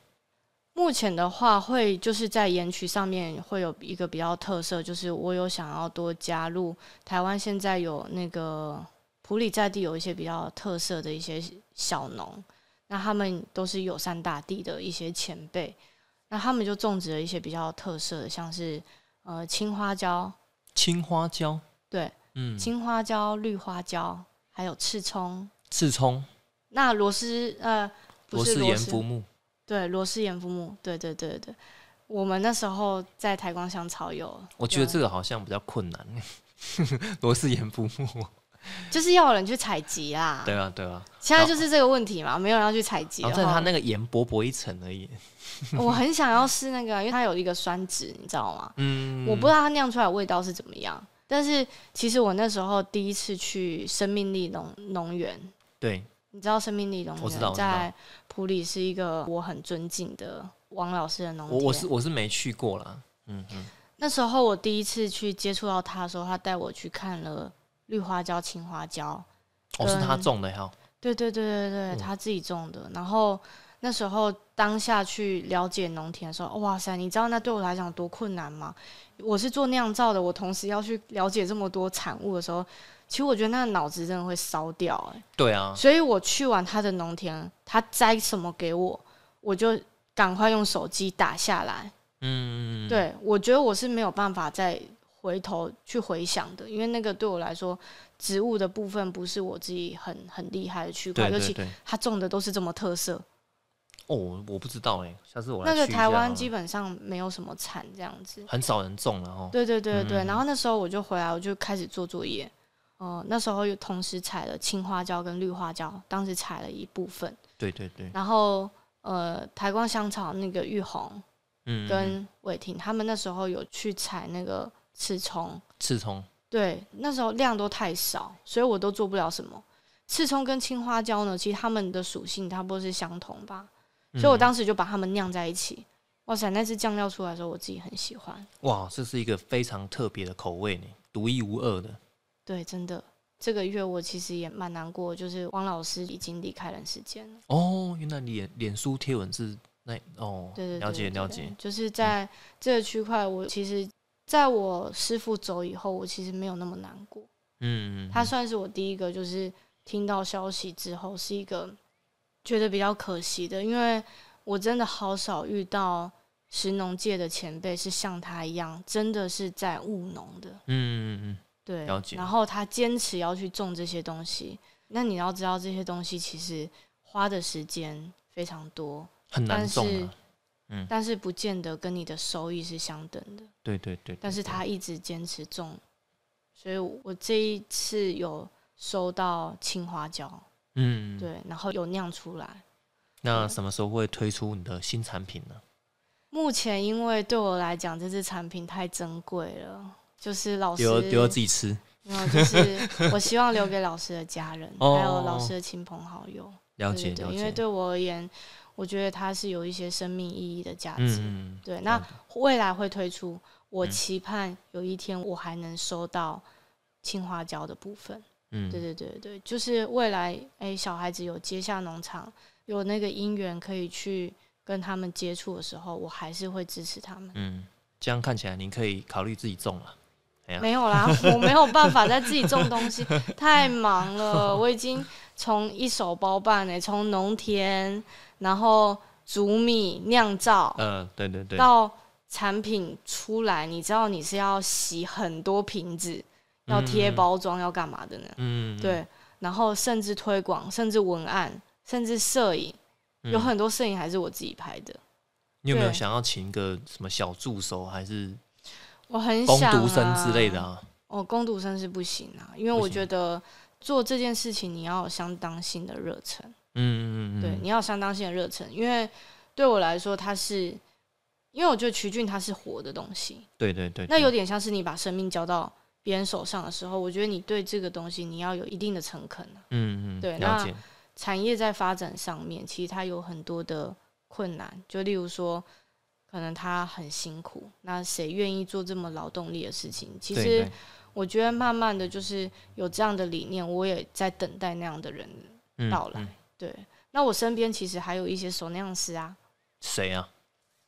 B: 目前的话，会就是在盐曲上面会有一个比较特色，就是我有想要多加入台湾现在有那个普里在地有一些比较特色的一些小农，那他们都是友善大地的一些前辈，那他们就种植了一些比较特色的，像是呃青花椒，
A: 青花椒，
B: 对，
A: 嗯，
B: 青花椒、绿花椒，还有赤葱。
A: 刺葱，
B: 那螺丝呃不
A: 罗
B: 是
A: 氏
B: 螺
A: 盐
B: 丝
A: 浮木，
B: 对，罗氏盐父母，对对对对，我们那时候在台光香草有，
A: 我觉得
B: 有
A: 这个好像比较困难， 罗氏盐浮木，
B: 就是要有人去采集啦。
A: 对，啊对啊，
B: 现在就是这个问题嘛，没有人要去采集
A: 然
B: 的
A: 后但
B: 话。
A: 哦它那个盐薄薄一层而已，
B: 我很想要试那个，因为它有一个酸质，你知道吗？
A: 嗯，
B: 我不知道它酿出来的味道是怎么样，但是其实我那时候第一次去生命力农农园，
A: 对，
B: 你知道生命力农
A: 我知道
B: 园
A: 我知道
B: 在普里是一个我很尊敬的王老师的农
A: 我
B: 田。
A: 我是我是没去过啦，嗯嗯，
B: 那时候我第一次去接触到他的时候，他带我去看了绿花椒、青花椒，
A: 哦，是他
B: 嗯
A: 种的哈，
B: 对对对对对，
A: 嗯
B: 他自己种的。然后那时候当下去了解农田的时候，哇塞，你知道那对我来讲多困难吗？我是做酿造的，我同时要去了解这么多产物的时候，其实我觉得那个脑子真的会烧掉、欸，
A: 对啊，
B: 所以我去完他的农田，他摘什么给我，我就赶快用手机打下来。
A: 嗯，嗯嗯
B: 对我觉得我是没有办法再回头去回想的，因为那个对我来说，植物的部分不是我自己很很厉害的区块，
A: 对
B: 尤
A: 对
B: 其
A: 对，
B: 他种的都是这么特色。
A: 哦，我我不知道哎，下次我来
B: 那个
A: 去一
B: 台
A: 下
B: 湾
A: 好
B: 基
A: 了
B: 本上没有什么产这样子。
A: 很少人种了哦，
B: 对对对对，然后那时候我就回来，我就开始做作业。哦、那时候又同时采了青花椒跟绿花椒，当时采了一部分，
A: 对对对，
B: 然后呃，台光香草那个玉红
A: 嗯，嗯嗯
B: 跟伟霆、他们那时候有去采那个刺葱，
A: 刺葱，
B: 对，那时候量都太少，所以我都做不了什么。刺葱跟青花椒呢，其实它们的属性差不多是相同吧，所以我
A: 嗯
B: 当时就把它们酿在一起。哇塞，那支酱料出来的时候，我自己很喜欢。
A: 哇，这是一个非常特别的口味呢，独一无二的。
B: 对，真的，这个月我其实也蛮难过，就是汪老师已经离开人世间了。
A: 哦，原来脸脸书贴文是那哦，
B: 对对对，
A: 了解
B: 对
A: 了
B: 对
A: 解，嗯
B: 就是在这个区块，我其实在我师傅走以后，我其实没有那么难过。
A: 嗯，嗯
B: 他
A: 嗯
B: 算是我第一个，就是听到消息之后是一个觉得比较可惜的，因为我真的好少遇到食农界的前辈是像他一样，真的是在务农的，
A: 嗯嗯嗯，
B: 对
A: 了，解
B: 然后他坚持要去种这些东西。那你要知道，这些东西其实花的时间非常多，
A: 很难
B: 但
A: 种
B: 是
A: 啊，
B: 但是不见得跟你的收益是相等的。
A: 对对对，
B: 但
A: 对
B: 是
A: 对
B: 他一直坚持种，所以我这一次有收到青花椒，
A: 嗯，
B: 对，然后有酿出来。
A: 那什么时候会推出你的新产品呢？
B: 目前因为对我来讲，这支产品太珍贵了，就是老师
A: 留留着自己吃，
B: 没有，就是我希望留给老师的家人，
A: 哦
B: 还有老师的亲朋好友。
A: 了
B: 对
A: 解
B: 对
A: 了
B: 对，因为
A: 解，
B: 对我而言，我觉得它是有一些生命意义的价值。
A: 嗯，嗯
B: 对，
A: 嗯
B: 那
A: 了解
B: 未来会推出，我
A: 嗯
B: 期盼有一天我还能收到青花椒的部分。
A: 嗯，
B: 对对对对对，就是未来哎、小孩子有接下农场，有那个因缘可以去跟他们接触的时候，我还是会支持他们。
A: 嗯，这样看起来您可以考虑自己种了，哎呀
B: 没有啦，我没有办法再自己种东 西，太忙了。我已经从一手包办哎、从农田，然后煮米酿造
A: 嗯，对对对，
B: 到产品出来，你知道你是要洗很多瓶子，要贴
A: 嗯
B: 包装，要干嘛的呢？
A: 嗯，嗯，
B: 对，然后甚至推广，甚至文案，甚至摄影，
A: 嗯
B: 有很多摄影还是我自己拍的。
A: 你有没有
B: 对
A: 想要请一个什么小助手还是
B: 我很
A: 工
B: 想、啊、
A: 读生之类的啊？
B: 哦，攻读生是不行啊，因为
A: 不
B: 我
A: 行
B: 觉得做这件事情你要有相当性的热忱，
A: 嗯嗯嗯，
B: 对，
A: 嗯
B: 你要有相当性的热忱，因为对我来说，它是，因为我觉得曲菌它是活的东西，
A: 对对对，
B: 那
A: 对
B: 有点像是你把生命交到别人手上的时候，我觉得你对这个东西你要有一定的诚恳啊。
A: 嗯嗯，
B: 对
A: 了
B: 那
A: 解，
B: 产业在发展上面，其实它有很多的困难，就例如说，可能他很辛苦，那谁愿意做这么劳动力的事情？其
A: 对
B: 实
A: 对
B: 我觉得慢慢的就是有这样的理念，我也在等待那样的人
A: 嗯
B: 到来。
A: 嗯
B: 对，那我身边其实还有一些手酿师啊，
A: 谁啊？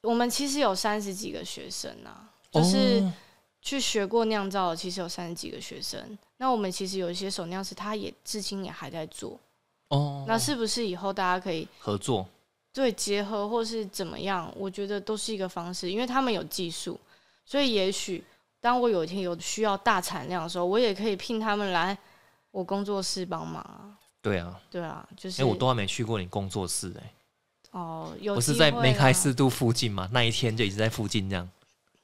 B: 我们其实有三十几个学生啊，就是
A: 哦
B: 去学过酿造的，其实有三十几个学生。那我们其实有一些手酿师，他也至今也还在做。
A: 哦，
B: 那是不是以后大家可以
A: 合作，
B: 对结合或是怎么样，我觉得都是一个方式，因为他们有技术，所以也许当我有一天有需要大产量的时候，我也可以聘他们来我工作室帮忙啊。
A: 对啊，
B: 对啊，就是、
A: 哎，我都还没去过你工作室哎，
B: 哦，有
A: 我是
B: 机
A: 在
B: 会
A: 梅开
B: 啦
A: 四度附近嘛，那一天就一直在附近这样，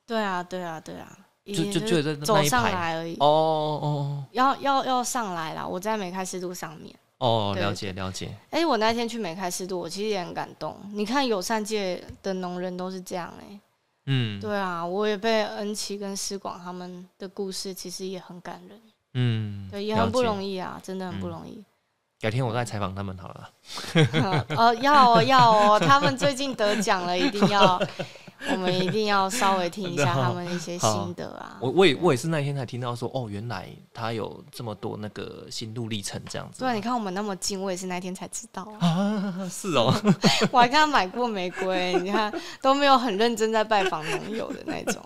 B: 对啊，对啊，对啊，一
A: 就
B: 定
A: 就是就在
B: 走
A: 那一
B: 上
A: 排，
B: 来而已，
A: 哦哦
B: 要要要上来啦！我在美开四度上面。
A: 哦哦，
B: 对
A: 了解了解，
B: 哎、我那天去美开四度，我其实也很感动。你看友善界的农人都是这样哎、
A: 嗯
B: 对啊，我也被恩琪跟思广他们的故事其实也很感人，
A: 嗯，
B: 对，也很不容
A: 易。
B: 易啊，真的很不容易。
A: 改天我再采访他们好了。
B: 呃，要哦要哦，他们最近得奖了，一定要，我们一定要稍微听一下他们的一些心得啊。
A: 我我也我也是那一天才听到说，哦，原来他有这么多那个心路历程这样子
B: 对啊，。你看我们那么近，我也是那天才知道啊、
A: 啊， 是哦，
B: 我还跟他买过玫瑰，你看都没有很认真在拜访农友的那种，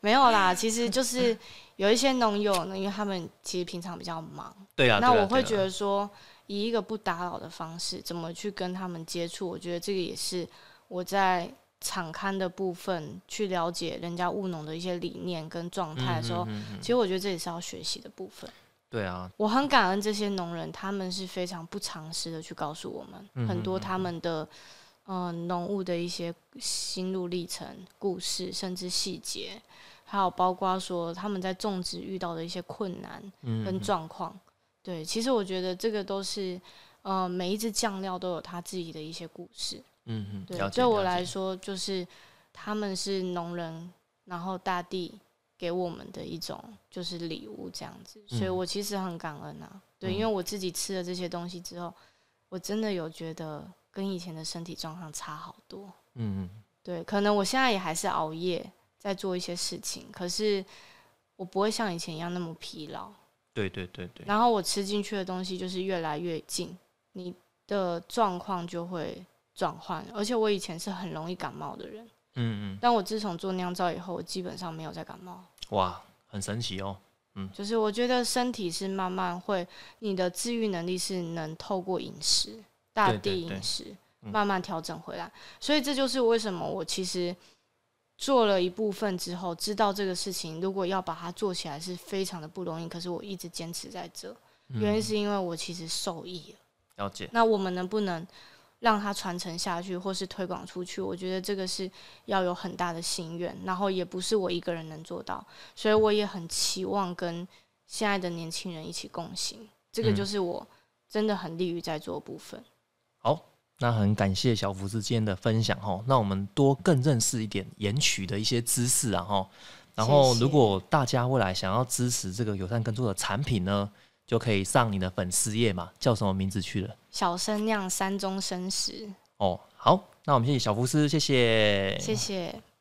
B: 没有啦。其实就是有一些农友呢，因为他们其实平常比较忙，
A: 对啊。
B: 那
A: 对啊
B: 我会觉，
A: 对啊
B: 得说，以一个不打扰的方式，怎么去跟他们接触？我觉得这个也是我在场刊的部分去了解人家务农的一些理念跟状态的时候，
A: 嗯嗯嗯嗯
B: 其实我觉得这也是要学习的部分。
A: 对啊，
B: 我很感恩这些农人，他们是非常不藏私的去告诉我们、
A: 嗯
B: 很多他们的呃农务的一些心路历程、故事，甚至细节，还有包括说他们在种植遇到的一些困难跟
A: 嗯，
B: 状况。对，其实我觉得这个都是呃每一只酱料都有它自己的一些故事。
A: 嗯嗯，
B: 对，
A: 了解。
B: 对我
A: 了解
B: 来，说，就是他们是农人，然后大地给我们的一种就是礼物这样子，所以
A: 嗯
B: 我其实很感恩啊。对，
A: 嗯
B: 因为我自己吃了这些东西之后，我真的有觉得跟以前的身体状况差好多。
A: 嗯嗯
B: 对，可能我现在也还是熬夜在做一些事情，可是我不会像以前一样那么疲劳。
A: 对对对对，
B: 然后我吃进去的东西就是越来越近，你的状况就会转换。而且我以前是很容易感冒的人，
A: 嗯嗯，
B: 但我自从做酿造以后，我基本上没有再感冒。
A: 哇，很神奇哦。
B: 就是我觉得身体是慢慢会，你的自愈能力是能透过饮食、大
A: 对
B: 地
A: 对对
B: 饮食
A: 嗯
B: 慢慢调整回来。所以这就是为什么我其实做了一部分之后，知道这个事情如果要把它做起来是非常的不容易，可是我一直坚持在这，原因
A: 嗯
B: 是因为我其实受益了。
A: 了解，
B: 那我们能不能让它传承下去，或是推广出去？我觉得这个是要有很大的心愿，然后也不是我一个人能做到，所以我也很期望跟现在的年轻人一起共行。这个
A: 嗯
B: 就是我真的很利于在做的部分。
A: 那很感谢小福之今天的分享哈，那我们多更认识一点盐曲的一些知识啊哈。然后，
B: 谢谢
A: 如果大家未来想要支持这个友善耕作的产品呢，就可以上你的粉丝页嘛，叫什么名字去了？
B: 小生酿三中生食，
A: 哦，好，那我们谢谢小福师，谢谢，
B: 谢谢。